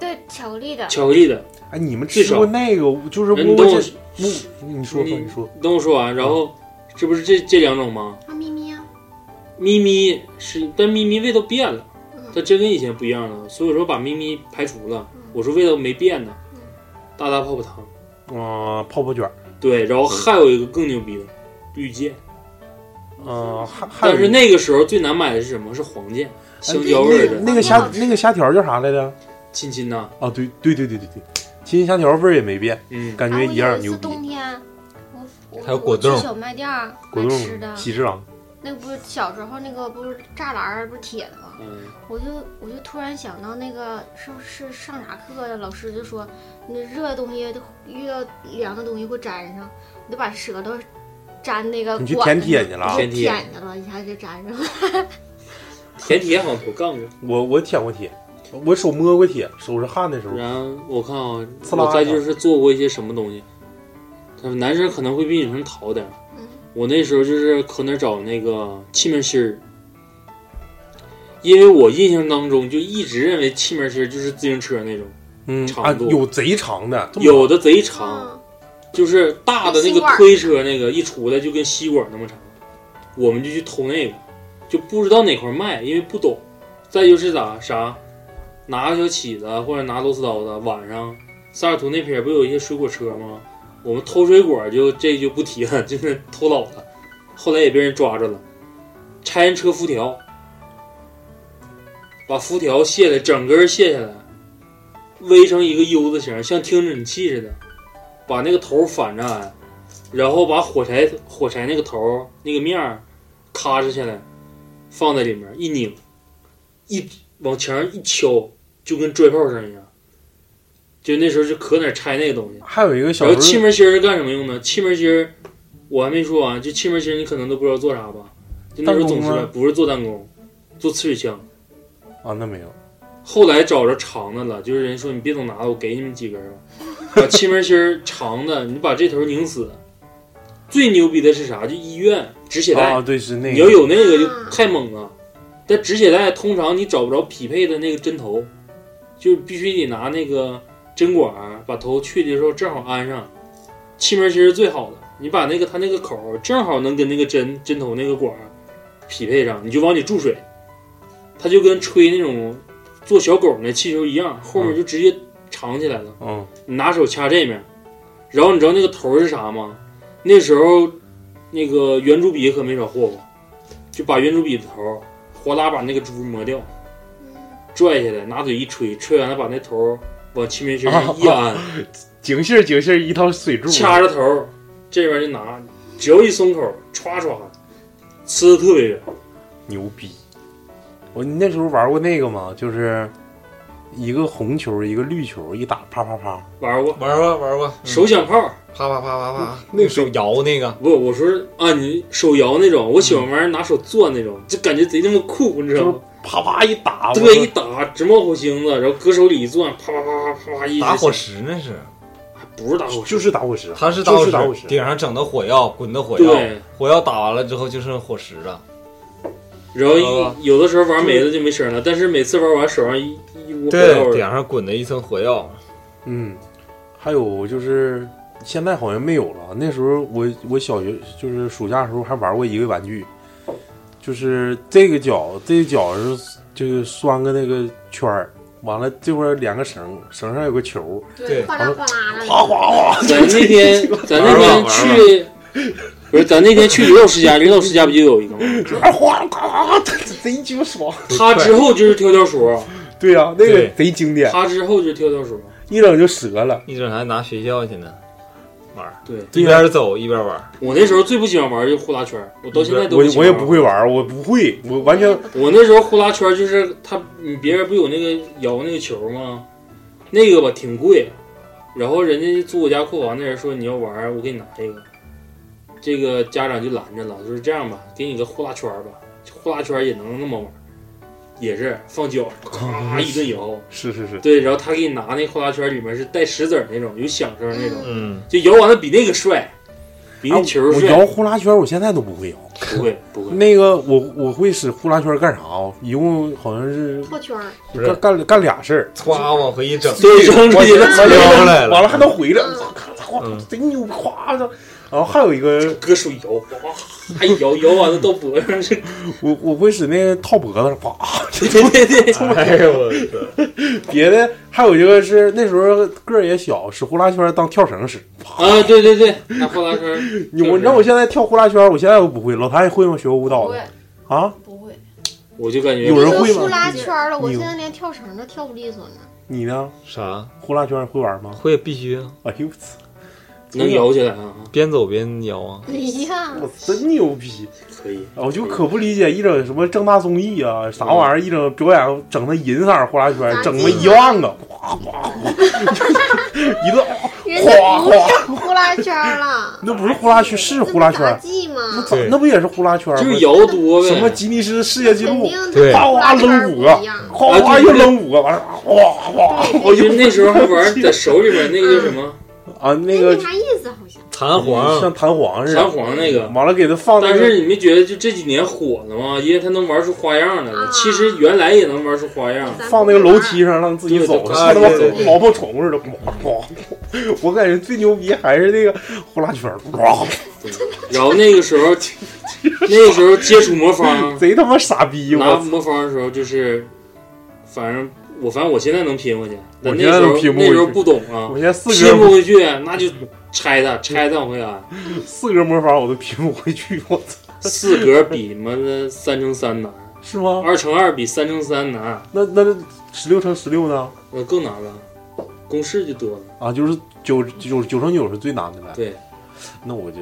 S7: 对，巧克力的，
S4: 巧克力的。
S5: 哎，你们
S4: 最
S5: 吃
S4: 少
S5: 过那个？就是
S4: 哎
S5: 我
S4: 你等我
S5: 我我，你说吧，
S4: 你
S5: 你说。
S4: 等我说完，然后这不是这这两种吗？
S7: 啊咪咪啊，
S4: 咪咪是，但咪咪味道变了，
S7: 嗯
S4: 它真跟以前不一样了。所以说把咪咪排除了，我说味道没变呢。
S7: 嗯
S4: 大大泡泡糖，
S5: 啊，泡泡卷儿，
S4: 对，然后还有一个更牛逼的，绿箭。
S5: 啊，还还有
S4: 但是
S5: 一
S4: 那个时候最难买的是什么？是黄箭，
S5: 哎
S4: 香蕉味儿的，
S5: 那那个虾那个虾条叫啥来着？
S4: 亲亲呐。
S5: 啊，对对对对对对，金虾条味儿也没变，
S4: 嗯，
S5: 感觉一
S7: 然
S5: 样
S7: 后有一
S5: 牛
S7: 次
S5: 逼。
S7: 冬天，我我
S8: 还有
S7: 我
S8: 果冻
S7: 去小卖店儿
S5: 果
S7: 买吃
S5: 冻
S7: 的，
S5: 喜之郎，
S7: 那个不是小时候那个不是栅栏儿不是铁的吗？
S4: 嗯，
S7: 我就我就突然想到那个是不是上啥课呀？老师就说，那热的东西遇到凉的东西会粘上，你就把舌头粘那个
S5: 你去舔
S7: 管子
S5: 铁
S7: 上
S5: 去了啊
S7: 你就
S4: 舔
S7: 舔去了，一下就粘上了。
S4: 甜铁好像不干过。
S5: 我我舔过铁，我手摸过铁，手是汗的时候。
S4: 然后我看啊，
S5: 刺啦
S4: 我
S5: 啦
S4: 再就是做过一些什么东西，他们男生可能会比女生淘点儿。
S7: 嗯
S4: 我那时候就是可能找那个气门芯儿，因为我印象当中就一直认为气门芯儿就是自行车那种，
S5: 嗯
S4: 长
S5: 啊，
S4: 度
S5: 有贼长的，这么
S4: 有
S5: 长
S4: 的贼长，
S7: 嗯，
S4: 就是大的那
S7: 跟吸
S4: 个
S7: 管儿
S4: 推车那个一出来就跟吸管那么长，我们就去偷那个，就不知道哪块儿卖，因为不懂。再就是咋啥，拿个小起子啊或者拿螺丝刀子，晚上萨尔图那边儿不有一些水果车吗？我们偷水果就这就不提了， 就是偷老了，后来也被人抓着了，拆人车辐条，把辐条卸了，整根儿卸下来，围成一个 U 字形，像听诊器似的，把那个头反着来，然后把火柴火柴那个头那个面儿咔哧下来，放在里面一拧，一往墙上一敲，就跟拽炮声一样。就那时候就可哪儿拆那个东西。
S5: 还有一个
S4: 然
S5: 小
S4: 后气
S5: 时候
S4: 门芯儿是干什么用的？气门芯儿我还没说啊完，就气门芯儿你可能都不知道做啥吧？就那时候总
S5: 弹
S4: 是
S5: 弓吗
S4: 不是做弹弓，做刺水枪。
S5: 啊，那没有，
S4: 后来找着长的了，就是人说你别总拿了，我给你们几根儿吧。把气门芯儿长的，你把这头拧死。最牛逼的是啥？就医院止血带，
S5: 啊，对，是那
S4: 你要
S5: 个，
S4: 有那个就太猛了。但止血带通常你找不着匹配的那个针头，就是必须得拿那个针管儿把头去的时候正好安上。气门芯儿是最好的，你把那个它那个口儿正好能跟那个针针头那个管儿匹配上，你就往里注水，它就跟吹那种做小狗那气球一样，后面就直接长起来了。
S5: 嗯，
S4: 你拿手掐这面儿，然后你知道那个头儿是啥吗？那时候那个圆珠笔可没少霍霍，就把圆珠笔的头儿哗啦把那个珠磨掉，拽下来，拿嘴一吹，吹完了把那头儿往气门芯儿上一安，
S5: 警杏儿警杏儿一套水柱，
S4: 掐着头儿这边就拿，只要一松口儿，歘歘，呲的特别远。
S5: 牛逼！我你那时候玩过那个吗？就是一个红球，一个绿球，一打啪啪啪。
S4: 玩过，
S8: 玩过玩过，
S4: 手响炮，
S8: 啪啪啪啪啪，那个手摇那个，
S4: 不，我说啊，你手摇那种，我喜欢玩拿手攥那种，就感觉贼他妈酷，你知
S5: 就
S4: 道
S5: 是
S4: 吗？
S5: 啪啪一打，我
S4: 对，一打直冒火星子，然后搁手里一攥，啪啪啪啪啪一直
S8: 打
S4: 响，
S8: 火石那是，
S4: 不是打火
S5: 就
S4: 石，
S5: 就是打火石，
S8: 它是
S5: 就是打
S8: 打火
S5: 火
S8: 石，
S5: 石
S8: 顶上整的火药，滚的火药，
S4: 对，
S8: 火药打完了之后就剩火石了。
S4: 然后
S8: 啊
S4: 有有的时候玩没了就没声了，但是每次玩完手上一一屋火药
S8: 对，顶
S4: 味
S8: 啊
S4: 儿，
S8: 上滚的一层火药，
S5: 嗯，还有就是现在好像没有了。那时候我我小学就是暑假的时候还玩过一个玩具，就是这个脚这个脚是就是拴个那个圈儿，完了这块儿连个绳，绳上有个球，
S8: 对，
S7: 哗啦哗啦的，
S5: 哗哗哗，
S4: 咱那天咱那天去，不是咱那天去李老师家，李老师家不就有一个吗？
S5: 哗哗哗哗，贼鸡巴爽。
S4: 他之后就是跳跳鼠，
S5: 对呀、那
S8: 对
S5: 个贼经典，
S4: 他之后就是跳跳鼠，
S5: 一整就折了。
S8: 一整还拿学校去呢，玩儿，
S4: 对。
S8: 一边走一边玩儿，
S4: 我那时候最不喜欢玩就呼啦圈儿，我到现在都
S5: 我
S4: 喜
S5: 我
S4: 欢
S5: 也
S4: 玩
S5: 不。会玩，我不会，我完 全
S4: 我那时候呼啦圈儿就是他，你别人不有那个摇那个球吗？那个吧挺贵，然后人家租我家库房的人说你要玩儿，我给你拿一个。这个家长就拦着了，就是这样吧，给你个呼啦圈儿吧，呼啦圈儿也能那么玩儿，也是放 脚，咔一顿摇。
S5: 是是是，
S4: 对，然后他给你拿那呼啦圈儿里面是带石子儿那种，有响声那种，
S8: 嗯，
S4: 就摇完了比那个帅，比
S5: 啊
S4: 那球儿
S5: 我
S4: 帅。
S5: 摇呼啦圈，我现在都不会摇。
S4: 不会不会，
S5: 那个我我会使呼啦圈干啥啊？一共好像是
S7: 破圈儿，
S8: 不
S5: 干
S8: 是，
S5: 干干俩 事儿，
S8: 歘往回一整，
S4: 对，扔出去了。
S5: 完了
S8: 飘出来了
S5: 完了还能回来，哇咔嚓哇
S8: 嗯
S5: 贼牛，咵的。然后还有一个，
S4: 搁手摇，哇，还摇摇完了到脖子上去，
S5: 我我会使那个套脖子上，啪。
S4: 对对对，
S8: 哎呦我操，
S5: 别的还有一个是那时候个儿也小，使呼啦圈当跳绳使，啪。
S4: 啊，对对对，拿呼啦圈，
S5: 你我你让我现在跳呼啦圈，我现在都不会。老谭会吗？学过舞蹈
S6: 不
S5: 的
S6: 会
S5: 啊？
S6: 不会，
S4: 我就感觉
S5: 有人
S7: 都
S5: 会
S7: 呼
S5: 吗？
S7: 啦圈儿了，我
S5: 你
S7: 现在连跳绳都跳不利索呢。
S5: 你呢？
S8: 啥
S5: 呼啦圈会玩吗？
S8: 会必须啊，
S5: 哎呦我操！
S4: 能摇起来啊，
S8: 边走边摇啊，
S7: 哎呀，
S5: 我真牛逼！啊
S4: 可以，
S5: 我就可不理解一整什么正大综艺啊，啥玩意儿，一整表演整那银色儿呼啦圈，整他妈一万个，哗哗哗，一顿
S7: 人家
S5: 哗
S7: 不
S5: 哗，，
S7: 是呼啦圈儿了
S5: 那不是呼啦圈，是
S7: 这不
S5: 呼啦
S7: 杂
S5: 圈，
S7: 技吗？
S8: 对
S5: 那不也是呼啦圈吗？
S4: 就是摇多呗，
S5: 什么吉尼斯世界纪
S7: 肯
S5: 录，
S7: 定的，
S8: 对
S5: 哗哗
S7: 跟呼啦
S5: 啊扔五
S7: 圈儿
S5: 个
S7: 不一样，
S5: 哗哗又扔五个，完了哗哗，我
S4: 就
S5: 又
S4: 那时候还玩在手里边那个叫什么
S5: 啊那
S7: 没
S5: 个
S7: 啥意思，好像
S8: 弹簧
S5: 像弹簧似
S4: 弹
S5: 嗯的，
S4: 簧那个。
S5: 完了给它放那
S4: 但
S5: 个
S4: 是你没觉得就这几年火了吗？因为它能玩出花样来了。其实原来也能玩出花样，
S7: 咱
S5: 放那个楼梯上让自己走，啊
S4: 对
S5: 像他妈
S8: 对对对
S5: 毛毛虫似的，哗哗。我感觉最牛逼还是那个呼啦圈，哗，
S4: 然后那个时 候，那个时候接触魔方，
S5: 贼他妈傻逼！
S4: 拿
S5: 我
S4: 魔方的时候就是，反正我反正我现在能拼过去，但
S5: 我
S4: 那
S5: 现在
S4: 时候
S5: 都拼不
S4: 那
S5: 回
S4: 时候
S5: 去
S4: 不懂啊
S5: 我，现在四
S4: 拼不
S5: 格
S4: 回去那就拆它，拆它往回安，
S5: 四格魔法我都拼不回去，我操，
S4: 四格比妈的三乘三难，
S5: 是吗？
S4: 二乘二比三乘三难，
S5: 那那十六乘十六呢？
S4: 那更难了，公式就多了。
S5: 啊，就是九九九乘九是最难的呗。
S4: 对，
S5: 那我就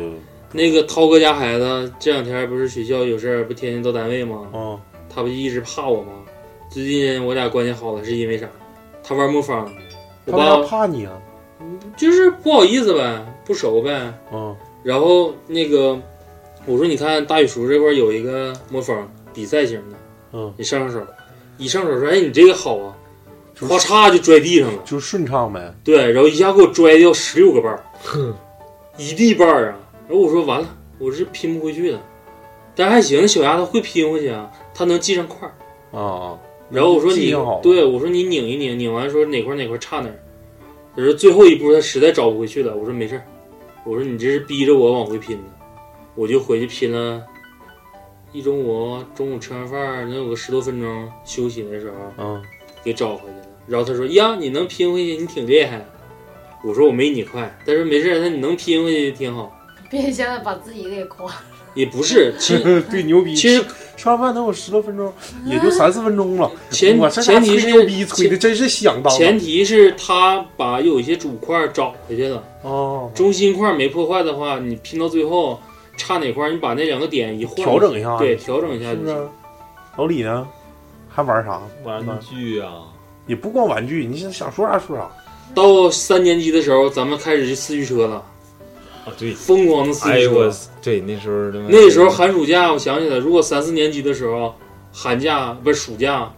S4: 那个涛哥家孩子这两天不是学校有事儿，不天天到单位吗？
S5: 啊，
S4: 他不就一直怕我吗？最近我俩关系好了，是因为啥？他玩魔方，我
S5: 他为啥
S4: 爸
S5: 怕你啊？
S4: 就是不好意思呗，不熟呗。
S5: 啊，
S4: 然后那个我说你看大宇叔这块儿有一个魔方比赛型的，
S5: 嗯，
S4: 你上上手，一上手说哎你这个好啊，咔嚓就拽地 上了，
S5: 就是顺畅呗。
S4: 对，然后一下给我拽掉十六个瓣儿，一地瓣儿啊！然后我说完了，我是拼不回去了，但还行，小丫头会拼回去啊，她能记上块儿。
S5: 啊啊，
S4: 然后我说
S5: 记
S4: 你
S5: 性好，
S4: 对我说你拧一拧，拧完说哪块儿哪块儿差哪儿。他说最后一步他实在找不回去了，我说没事儿，我说你这是逼着我往回拼的，我就回去拼了。一中午，中午吃完饭儿能有个十多分钟休息的时候，
S5: 啊，
S4: 给找回来了。然后他说：“呀，你能拼回去，你挺厉害。”我说：“我没你快。”他说：“没事儿，那你能拼回去挺好。
S6: 别现在把自己给夸。”
S4: 也不是，其 实
S5: 对，牛逼。
S4: 其实
S5: 吃完饭能有十多分钟，也就三四分钟了。
S4: 前
S5: 我这家
S4: 前提
S5: 吹牛
S4: 是
S5: 逼吹的
S4: 前
S5: 真是响当啊
S4: 前提是他把有一些主块找回去了，
S5: 哦，
S4: 中心块没破坏的话，你拼到最后差哪块儿，你把那两个点一换，
S5: 调整一下，
S4: 对，调整一下
S5: 是
S4: 就
S5: 不
S4: 行。
S5: 是？老李呢？还玩啥？
S8: 玩具啊，
S5: 也不光玩具，你想想说啥说啥。
S4: 到三年级的时候，咱们开始去四驱车了，
S8: 啊，对，
S4: 疯狂的四
S8: 哎
S4: 驱
S8: 呦
S4: 车。
S8: 我，对，那时候他妈
S4: 那时候寒暑假，我想起来，如果三四年级的时候，寒假不是暑假，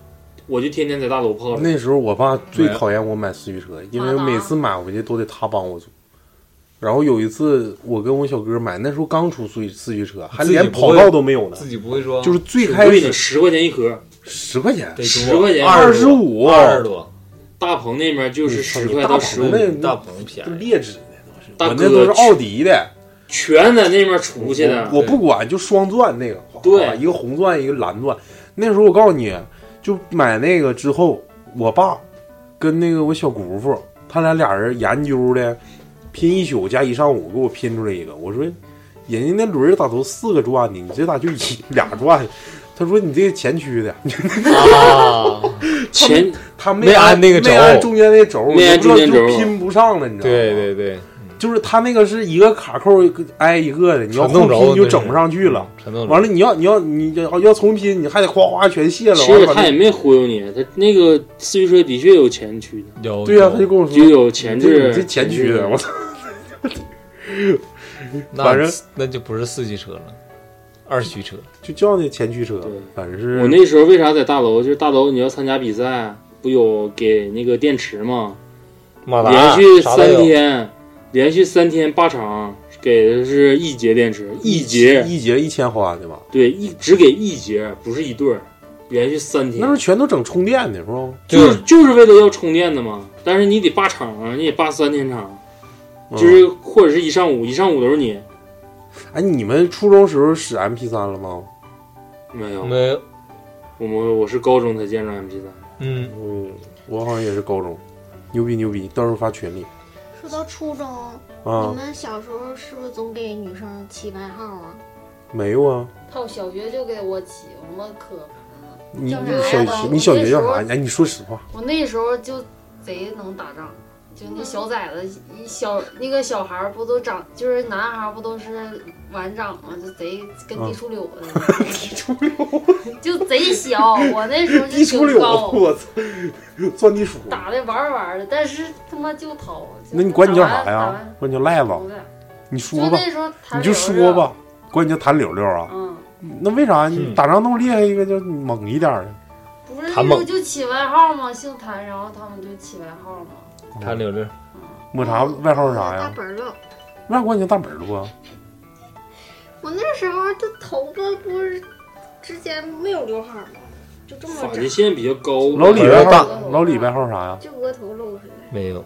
S4: 我就天天在大楼泡着。
S5: 那时候我爸最讨厌我买四驱车，因为
S6: 干嘛
S5: 每次买回去都得他帮我租。然后有一次，我跟我小哥买，那时候刚出四驱四驱车，还
S8: 自己
S5: 连
S8: 不
S5: 跑
S8: 会
S5: 道都没有呢，
S8: 自己不会装，
S5: 就是最
S4: 挺
S5: 开
S4: 贵的，
S5: 始
S4: 十块钱一盒，
S5: 十块钱，
S8: 得
S4: 10块钱
S8: 二
S5: 25
S8: 二十多，
S4: 大棚那边就是十块
S5: 大
S4: 到
S5: 棚
S4: 十五，
S5: 那
S8: 大棚便
S5: 都
S8: 宜，
S5: 劣质的都是，
S4: 大
S5: 我那都是
S4: 哥
S5: 奥迪的，
S4: 全在那边出去的。
S5: 我我不管，就双钻那个，哗
S4: 对
S5: 哗一个红钻，一个蓝钻。那时候我告诉你，就买那个之后，我爸跟那个我小姑父，他俩俩人研究的，拼一宿加一上午，给我拼出来一个。我说，人家那轮儿咋都四个转呢，你这咋就一 俩转？他说你这个前驱的，
S8: 啊，
S4: 前
S5: 他
S8: 没按那个轴
S5: 没按中间那轴，
S4: 没按中间轴
S5: 你不知道就拼不上了，你知道吗？
S8: 对对对，
S5: 就是他那个是一个卡扣一个挨一个的，你要
S8: 传动
S5: 后拼
S8: 轴嗯
S5: 就
S8: 那
S5: 整
S8: 是
S5: 不上去了。
S8: 全
S4: 嗯
S8: 都
S5: 完了，你要你要你要要重拼，你还得哗哗全卸了。
S4: 其
S5: 完
S4: 实
S5: 了把
S4: 他
S5: 那
S4: 也没忽悠你，他那个四驱车的确有前驱的，
S8: 有
S5: 对呀、他就跟我说
S4: 就有前
S5: 你这
S4: 置
S5: 你这前驱的，我操！
S8: 那
S5: 反正
S8: 那就不是四驱车了，二驱车，
S5: 就叫那前驱车
S4: 对，
S5: 反正是
S4: 我那时候为啥在大楼？就是大楼你要参加比赛，不有给那个电池吗？
S8: 马达
S4: 连续
S8: 啥都有
S4: 三天，连续三天八场，给的是一节电池，一节
S5: 一节一千花的吧？
S4: 对一只给一节，不是一对儿，连续三
S5: 那
S4: 天
S5: 时候，全都整充电的是不？
S4: 就是就是为了要充电的嘛。但是你得霸场啊，你得霸三天场，
S5: 嗯
S4: 就是或者是一上午，一上午都是你
S5: 哎，你们初中时候使 MP 三了吗？
S4: 没有。
S8: 没
S5: 嗯
S8: 有，
S4: 我们我是高中才见着 MP 三，
S8: 嗯，
S5: 嗯，我好像也是高中，牛逼牛逼，到时候发群里
S2: 说到初中，
S5: 啊
S6: 嗯
S2: 你，们小时候是不是总给女生起外号啊？
S5: 没有啊。
S6: 他我小学就给我起，我可
S5: 你
S2: 叫啥
S5: 你小
S2: 来
S6: 着
S5: 学你小学叫
S6: 我
S5: 啥？
S6: 那时
S5: 哎，你说实话，
S6: 我那时候就贼能打仗，就那小崽子一小那个小孩儿不都长，就是男孩儿不都是玩掌吗？就贼跟
S5: 啊
S6: 地出柳似 的，就贼小。我那时候就
S5: 地出
S6: 挺
S5: 溜，
S6: 高，
S5: 我操，钻地鼠。
S6: 打的玩儿玩儿的，但是他妈就逃。就
S5: 那你管你叫
S6: 打
S5: 啥
S6: 完
S5: 呀？？管你叫赖
S6: 打完
S5: 子？
S6: 不是就
S5: 你说吧，
S6: 那时候弹
S5: 你就
S6: 流
S5: 说
S6: 着，
S5: 吧，管你叫谭柳柳啊。
S6: 啊嗯，
S5: 那为啥你打仗那么厉害，一个就猛一点儿的？
S6: 不是
S8: 弹
S6: 那时候
S8: 猛
S6: 就起外号嘛，姓谭，然后他们就起外号嘛。
S8: 谭柳柳，
S5: 抹茶
S6: 嗯
S5: 外号是啥
S7: 大
S5: 呀？
S7: 本儿了。
S5: 外国叫大本儿啊？
S7: 我那时候的头发不是之前没有刘海儿吗？就这么
S4: 发
S7: 长
S4: 际，线比较高。
S5: 老李外
S8: 大
S5: 号，
S6: 嗯
S5: 老李外号啥呀？
S7: 就额头露出来。
S8: 没有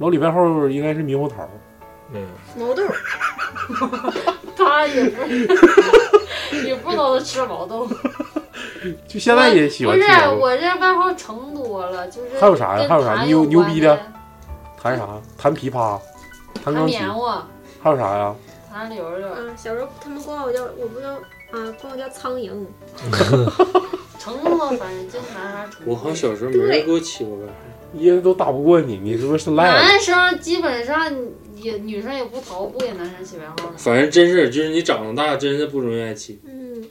S5: 老李外号应该是猕猴桃。
S8: 没有，
S7: 毛豆儿，
S6: 他也不是，也不知道他吃毛豆。
S5: 就现在也 喜欢
S6: 不
S5: 吃
S6: 是啊
S5: 羊肉。
S6: 我这外号成多了，就是
S5: 还有啥呀
S6: 跟
S5: 还有啥
S6: 痰有
S5: 牛
S6: 关
S5: 牛逼的弹啥？弹琵琶，弹
S6: 弹
S5: 钢琴
S6: 棉，花，
S5: 还有啥呀？
S6: 弹柳柳，
S7: 啊，小时候他们管我叫，我不叫啊，管我叫苍蝇。
S6: 成多反正就是男孩儿成
S4: 我
S6: 多。
S4: 好像小时候没人给我起过外号，
S5: 因为都打不过你，你是不是赖子？
S6: 男生基本上也女生也不逃，不给男生起外号了。
S4: 反正真是就是你长大真是不容易爱起。
S7: 嗯，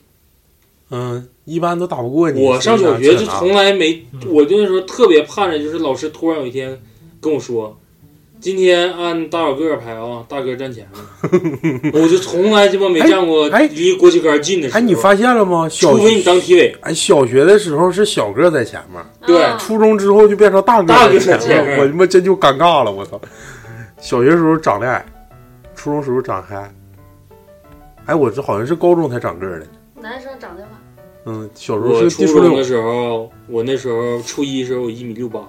S5: 嗯，一般都打不过你。
S4: 我上小学就从
S5: 从
S4: 来没
S8: 嗯，
S4: 我就那时候特别盼着，就是老师突然有一天跟我说，今天按大小个儿排啊，大哥站前面， 我就从来鸡巴没站过
S5: 哎哎
S4: 离国旗杆近的时候。
S5: 哎，你发现了吗？小
S4: 除非你当体委，
S5: 哎，小学的时候是小个儿在前面，
S4: 对
S6: 啊
S5: 初中之后就变成大个
S4: 大
S5: 儿
S4: 个在
S5: 在前
S4: 前
S5: 面
S4: 面
S5: 了，我他妈真就尴尬了，我操！小学时候长得矮，初中时候长得矮，哎，我这好像是高中才长个儿的，
S6: 男生长得晚，
S5: 嗯，小时候
S4: 我
S5: 是
S4: 初
S5: 地处
S4: 中的
S5: 六，
S4: 时候，我那时候初一时候我一米六八，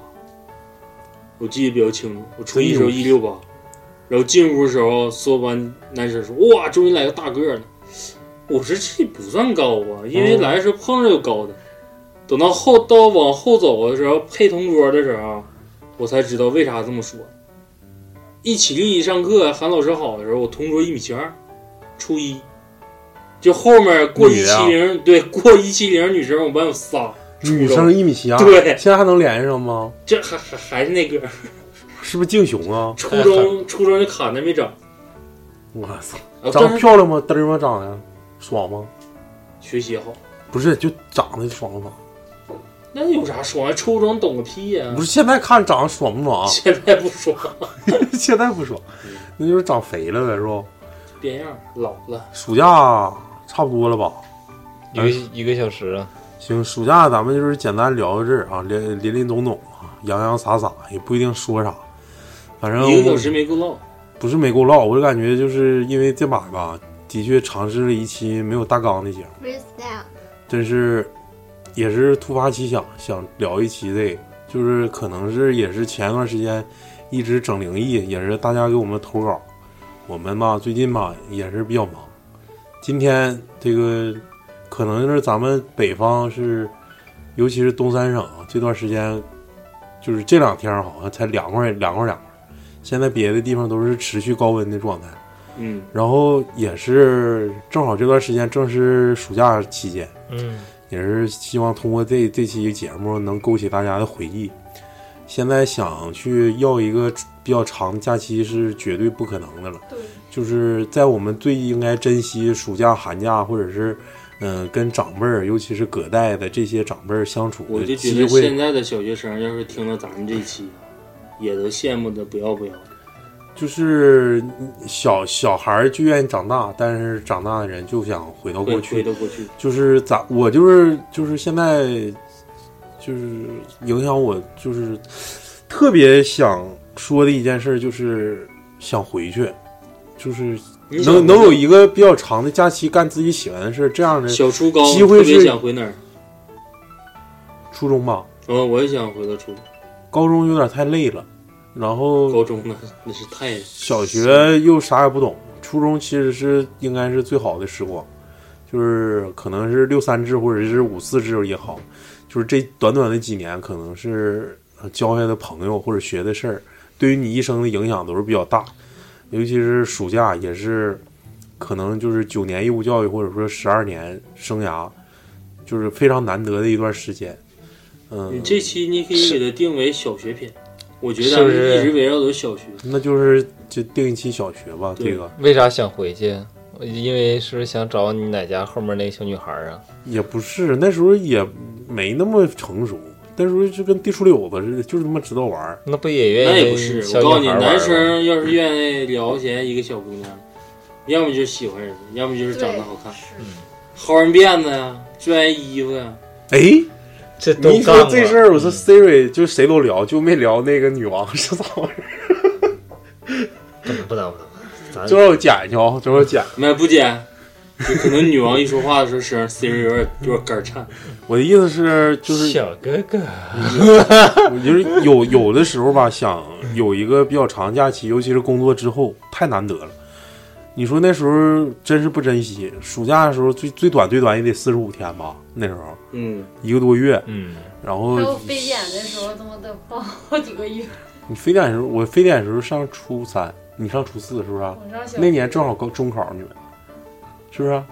S4: 我记得比较清楚。我初
S5: 哎
S4: 一时候一六八，然后进屋的时候，所有班男生说：“哇，终于来个大个儿了。”我说这不算高啊，因为
S5: 嗯
S4: 来的时候碰着有高的。等到后到往后走的时候，配同桌的时候，我才知道为啥这么说。一起立一上课喊老师好的时候，我同桌一米七二，初一，就后面过
S5: 女
S4: 一
S5: 的啊
S4: 七零，对，过一七零女生我们班有仨，
S5: 女生一米七二，
S4: 对
S5: 现在还能联系上吗？
S4: 这还还还是那个
S5: 是不是敬雄啊？
S4: 初 中初中就卡那没长，
S5: 我操，
S4: 啊但
S5: 长得
S4: 是
S5: 漂亮吗？嘚儿吗？长得爽吗？
S4: 学习好，
S5: 不是，就长得爽不爽？
S4: 那有啥爽？初中懂个屁呀、？
S5: 不是现在看长得爽不 爽
S4: 现在不爽，
S5: 现在不爽，
S4: 嗯
S5: 那就是长肥了呗，是不？
S4: 变样儿老了。
S5: 暑假差不多了吧？
S8: 一个一个小时啊，
S5: 行，暑假咱们就是简单聊到这儿啊，林林林总总啊，洋洋洒洒，也不一定说啥，反正
S4: 一个小时没够唠，
S5: 不是没够唠，我就感觉就是因为这把吧，的确尝试了一期没有大纲的节目，
S2: freestyle，
S5: 真是也是突发奇想，想聊一期这个，就是可能是也是前段时间一直整灵异，也是大家给我们投稿，我们吧最近吧也是比较忙，今天这个可能是咱们北方是，尤其是东三省啊，这段时间就是这两天好像才凉快凉快凉快，现在别的地方都是持续高温的状态。
S4: 嗯，
S5: 然后也是正好这段时间正是暑假期间，
S8: 嗯，
S5: 也是希望通过这这期节目能勾起大家的回忆。现在想去要一个比较长的假期是绝对不可能的了，
S6: 对，
S5: 就是在我们最应该珍惜暑假、寒假，或者是嗯、呃跟长辈儿，尤其是隔代的这些长辈儿相处
S4: 我
S5: 的
S4: 就觉
S5: 机
S4: 得现
S5: 会，
S4: 在的小学生要是听了咱们这期，也都羡慕的不要不要。
S5: 就是小小孩儿就愿意长大，但是长大的人就想回到
S4: 回
S5: 过去
S4: 回，到过去，
S5: 就是咋，我就是就是现在，就是影响我，就是特别想说的一件事，就是想回去，就是
S4: 你想
S5: 能能
S4: 回
S5: 有一个比较长的假期干自己喜欢的事儿，这样的
S4: 小初高
S5: 机会
S4: 特别
S5: 是
S4: 想回哪儿？
S5: 初中吧，
S4: 嗯，我也想回到初
S5: 高中有点太累了，然后
S4: 高中那那是太
S5: 小学又啥也不懂，初中其实是应该是最好的时光，就是可能是六三制或者是五四制也好，就是这短短的几年，可能是呃交下的朋友或者学的事儿，对于你一生的影响都是比较大，尤其是暑假也是，可能就是九年义务教育或者说十二年生涯，就是非常难得的一段时间。嗯
S4: 你，这期你可以给它定为小学篇，我觉得
S8: 是
S4: 咱
S8: 不
S4: 们
S8: 是
S4: 一直围绕着小学。
S5: 那就是就定一期小学吧，
S4: 对
S5: 这个
S8: 为啥想回去？因为是不是想找你哪家后面那个小女孩啊？
S5: 也不是，那时候也没那么成熟，那时候就跟地出溜子似的，就是他妈知道玩儿。
S8: 那不也
S4: 那
S8: 愿意
S4: 也不
S8: 跟
S4: 是，
S8: 小
S4: 我
S8: 女
S4: 告诉你，
S8: 孩玩
S4: 男
S8: 儿吗
S4: 生要是愿意聊闲一个小姑娘，要么就是喜欢人，要么就是长得好看，
S6: 是
S5: 嗯
S4: 薅人辫子呀，拽人衣服呀，
S5: 哎，
S8: 这都
S5: 你一
S8: 干
S5: 说
S8: 过
S5: 这事儿，我说 Siri 就谁都聊，就没聊那个女王是咋回事 儿。
S8: 不能不能，咱
S5: 最后剪去啊，最后剪。
S4: 那哎不剪。就可能女王一说话的时候，声声音有点有点肝颤。
S5: 我的意思是，就是
S8: 小哥哥，
S5: 我就是有有的时候吧，想有一个比较长假期，尤其是工作之后，太难得了。你说那时候真是不珍惜，暑假的时候最最短最短也得四十五天吧，那时候
S4: 嗯，
S5: 一个多月，
S8: 嗯，
S5: 然
S6: 还
S5: 后
S6: 有非典的时候，他妈的报好几个月。
S5: 你非典的时候，我非典的时候上初三，你上初四是不是啊？
S6: 我上小
S5: 那年正好高中考你们，是不是啊？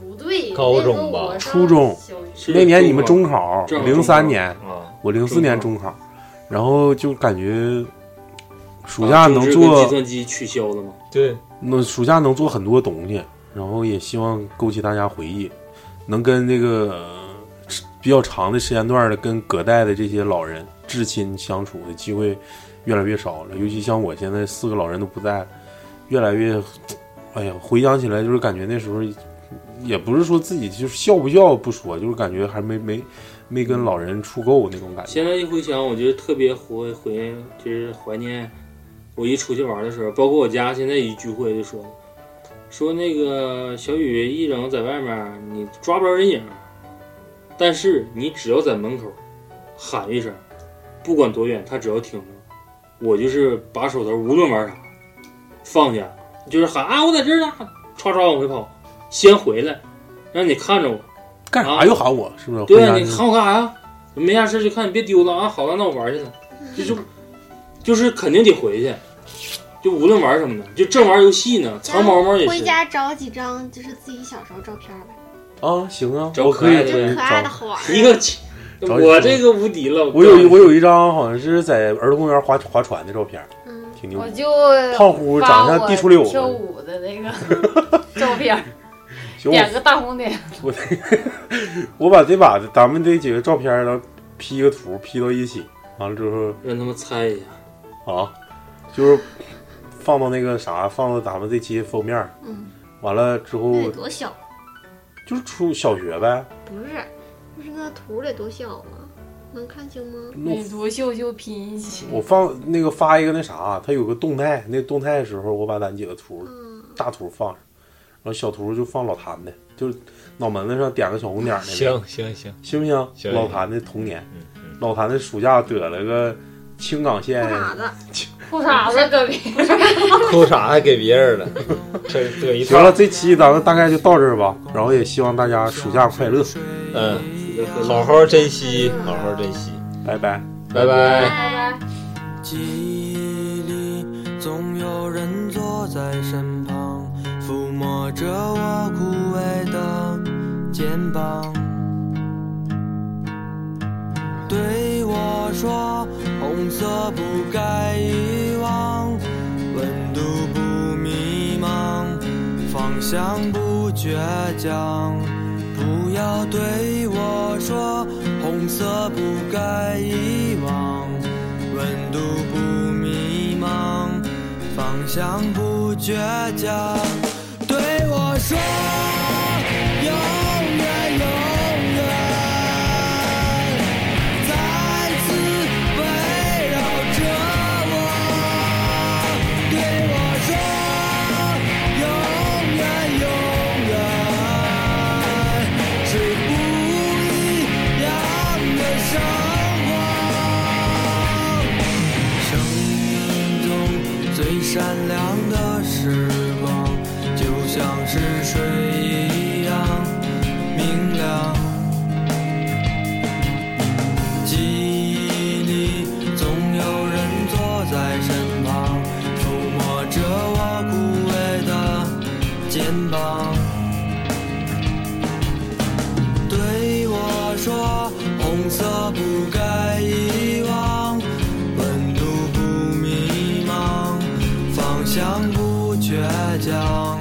S6: 不对，
S8: 高
S6: 那时
S8: 中吧
S6: 候我上
S5: 初中
S6: 小学
S4: 是
S5: 那年你们
S4: 中啊
S5: 中考，
S4: 正好
S5: 零
S4: 中考
S5: 三年，
S8: 啊，
S5: 我零四年中考，然后就感觉暑假
S4: 把
S5: 能
S4: 啊中职跟计
S5: 做，
S4: 算机取消了吗？
S8: 对，
S5: 那暑假能做很多东西，然后也希望勾起大家回忆，能跟这个呃比较长的时间段的跟隔代的这些老人至亲相处的机会越来越少了，尤其像我现在四个老人都不在，越来越，哎呀，回想起来就是感觉那时候也不是说自己就是笑不笑不说，就是感觉还没没没跟老人处够那种感觉。
S4: 现在一回想，我就特别回回，就是怀念我一出去玩的时候，包括我家现在一聚会就说，说那个小雨一整在外面你抓不着人影，啊但是你只要在门口喊一声，不管多远，他只要听着，我就是把手头无论玩啥放下，就是喊啊我在这儿呢，唰唰往回跑，先回来，让你看着我，
S5: 干啥又喊我？是不是？
S4: 对啊，
S5: 哦回家
S4: 你
S5: 就
S4: 看我干啥呀？没啥事儿就看，你别丢了啊！好了，那我玩去了，就是就是肯定得回去，就无论玩什么的，就正玩游戏呢，藏猫猫也
S2: 回
S4: 是。
S2: 家找几张就是自己小时候照片呗，
S5: 啊，行啊，
S4: 找
S5: 我可以
S4: 可爱
S2: 就
S4: 的对
S2: 是可爱的
S5: 找。
S2: 好玩儿。
S4: 一个起，
S5: 找
S4: 我这个无敌了。
S5: 我有一我有一张好像是在儿童公园划划船的照片，
S2: 嗯，
S5: 挺牛
S6: 我
S5: 逼。
S6: 就
S5: 胖乎长相地出溜
S6: 发我跳舞的那个 照片儿，
S5: 行，
S6: 点
S5: 我
S6: 个大红点。
S5: 我我把这把咱们这几个照片儿，然后 P 个图 P 到一起，完了之后
S4: 让他们猜一下。
S5: 啊，就是放到那个啥，放到咱们这期封面。
S2: 嗯。
S5: 完了之后
S2: 那得多小？
S5: 就是初小学呗。
S2: 不是，就是那图得多小啊，能看清吗？
S6: 美图秀秀拼一起。
S5: 我放那个发一个那啥，它有个动态，那动态的时候我把咱几个图、
S2: 嗯，
S5: 大图放上，然后小图就放老谭的，就是脑门子上点个小红点儿那个，
S8: 行行行，
S5: 行不行？
S8: 行
S5: 老谭的童年，
S8: 嗯嗯，
S5: 老谭的暑假得了个青冈县
S2: 裤衩子，
S6: 裤衩子搁别
S8: 裤衩还给别人了， 这这一
S5: 行
S8: 套
S5: 了，，这期咱们大概就到这儿吧，然后也希望大家暑假快乐，
S8: 嗯，
S4: 比较合理
S8: 好好珍惜，好好珍惜，
S5: 拜拜。
S8: 拜拜。
S10: 记忆里总有人坐在身旁，抚摸着我枯萎的肩膀，对我说红色不该遗忘，温度不迷茫，方向不倔强。不要对我说红色不该遗忘。温度不迷茫，方向不倔强。对我说，永远永远，再次围绕着我。对我说，永远永远，是不一样的生活。生命中最闪亮的时光，就像是水一样明亮。记忆里总有人坐在身旁，抚摸着我枯萎的肩膀，对我说：“红色不该遗忘。”温度不迷茫，方向不倔强。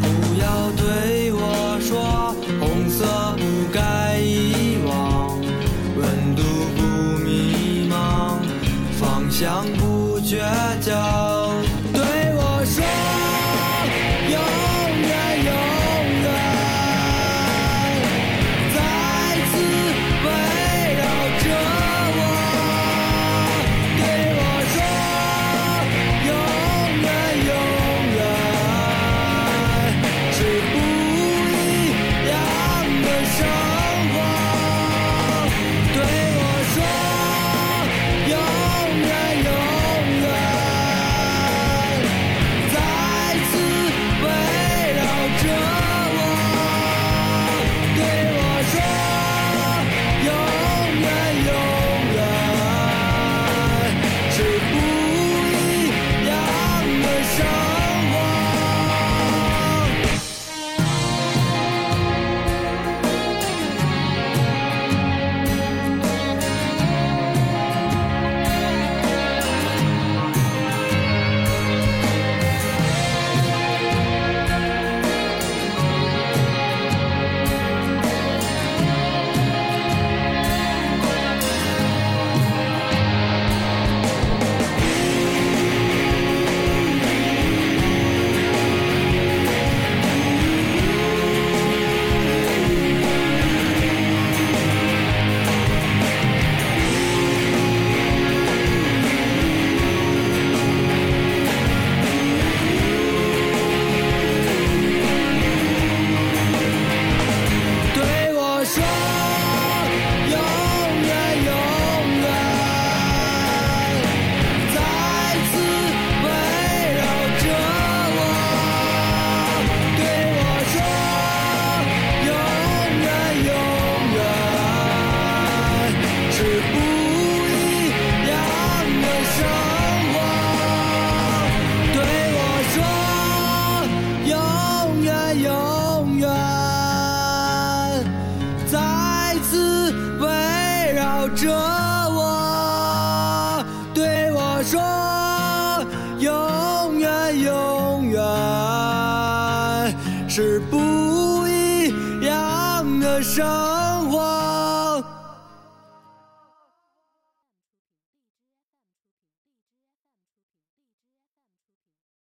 S10: 不要对我说红色不该遗忘，温度不迷茫，方向不倔强。对我说，永远永远，再次围绕着我。对我说，永远永远是不一样的生活。对我说，永远永远再次围绕着我。对我说，永远永远。是不一样的生活。对我说，永远永远，再次围绕着我。对我说，永远永远，是不一样的生活。对我说，永远永远。再次围绕着我，对我说，永远永远是不一样的生活。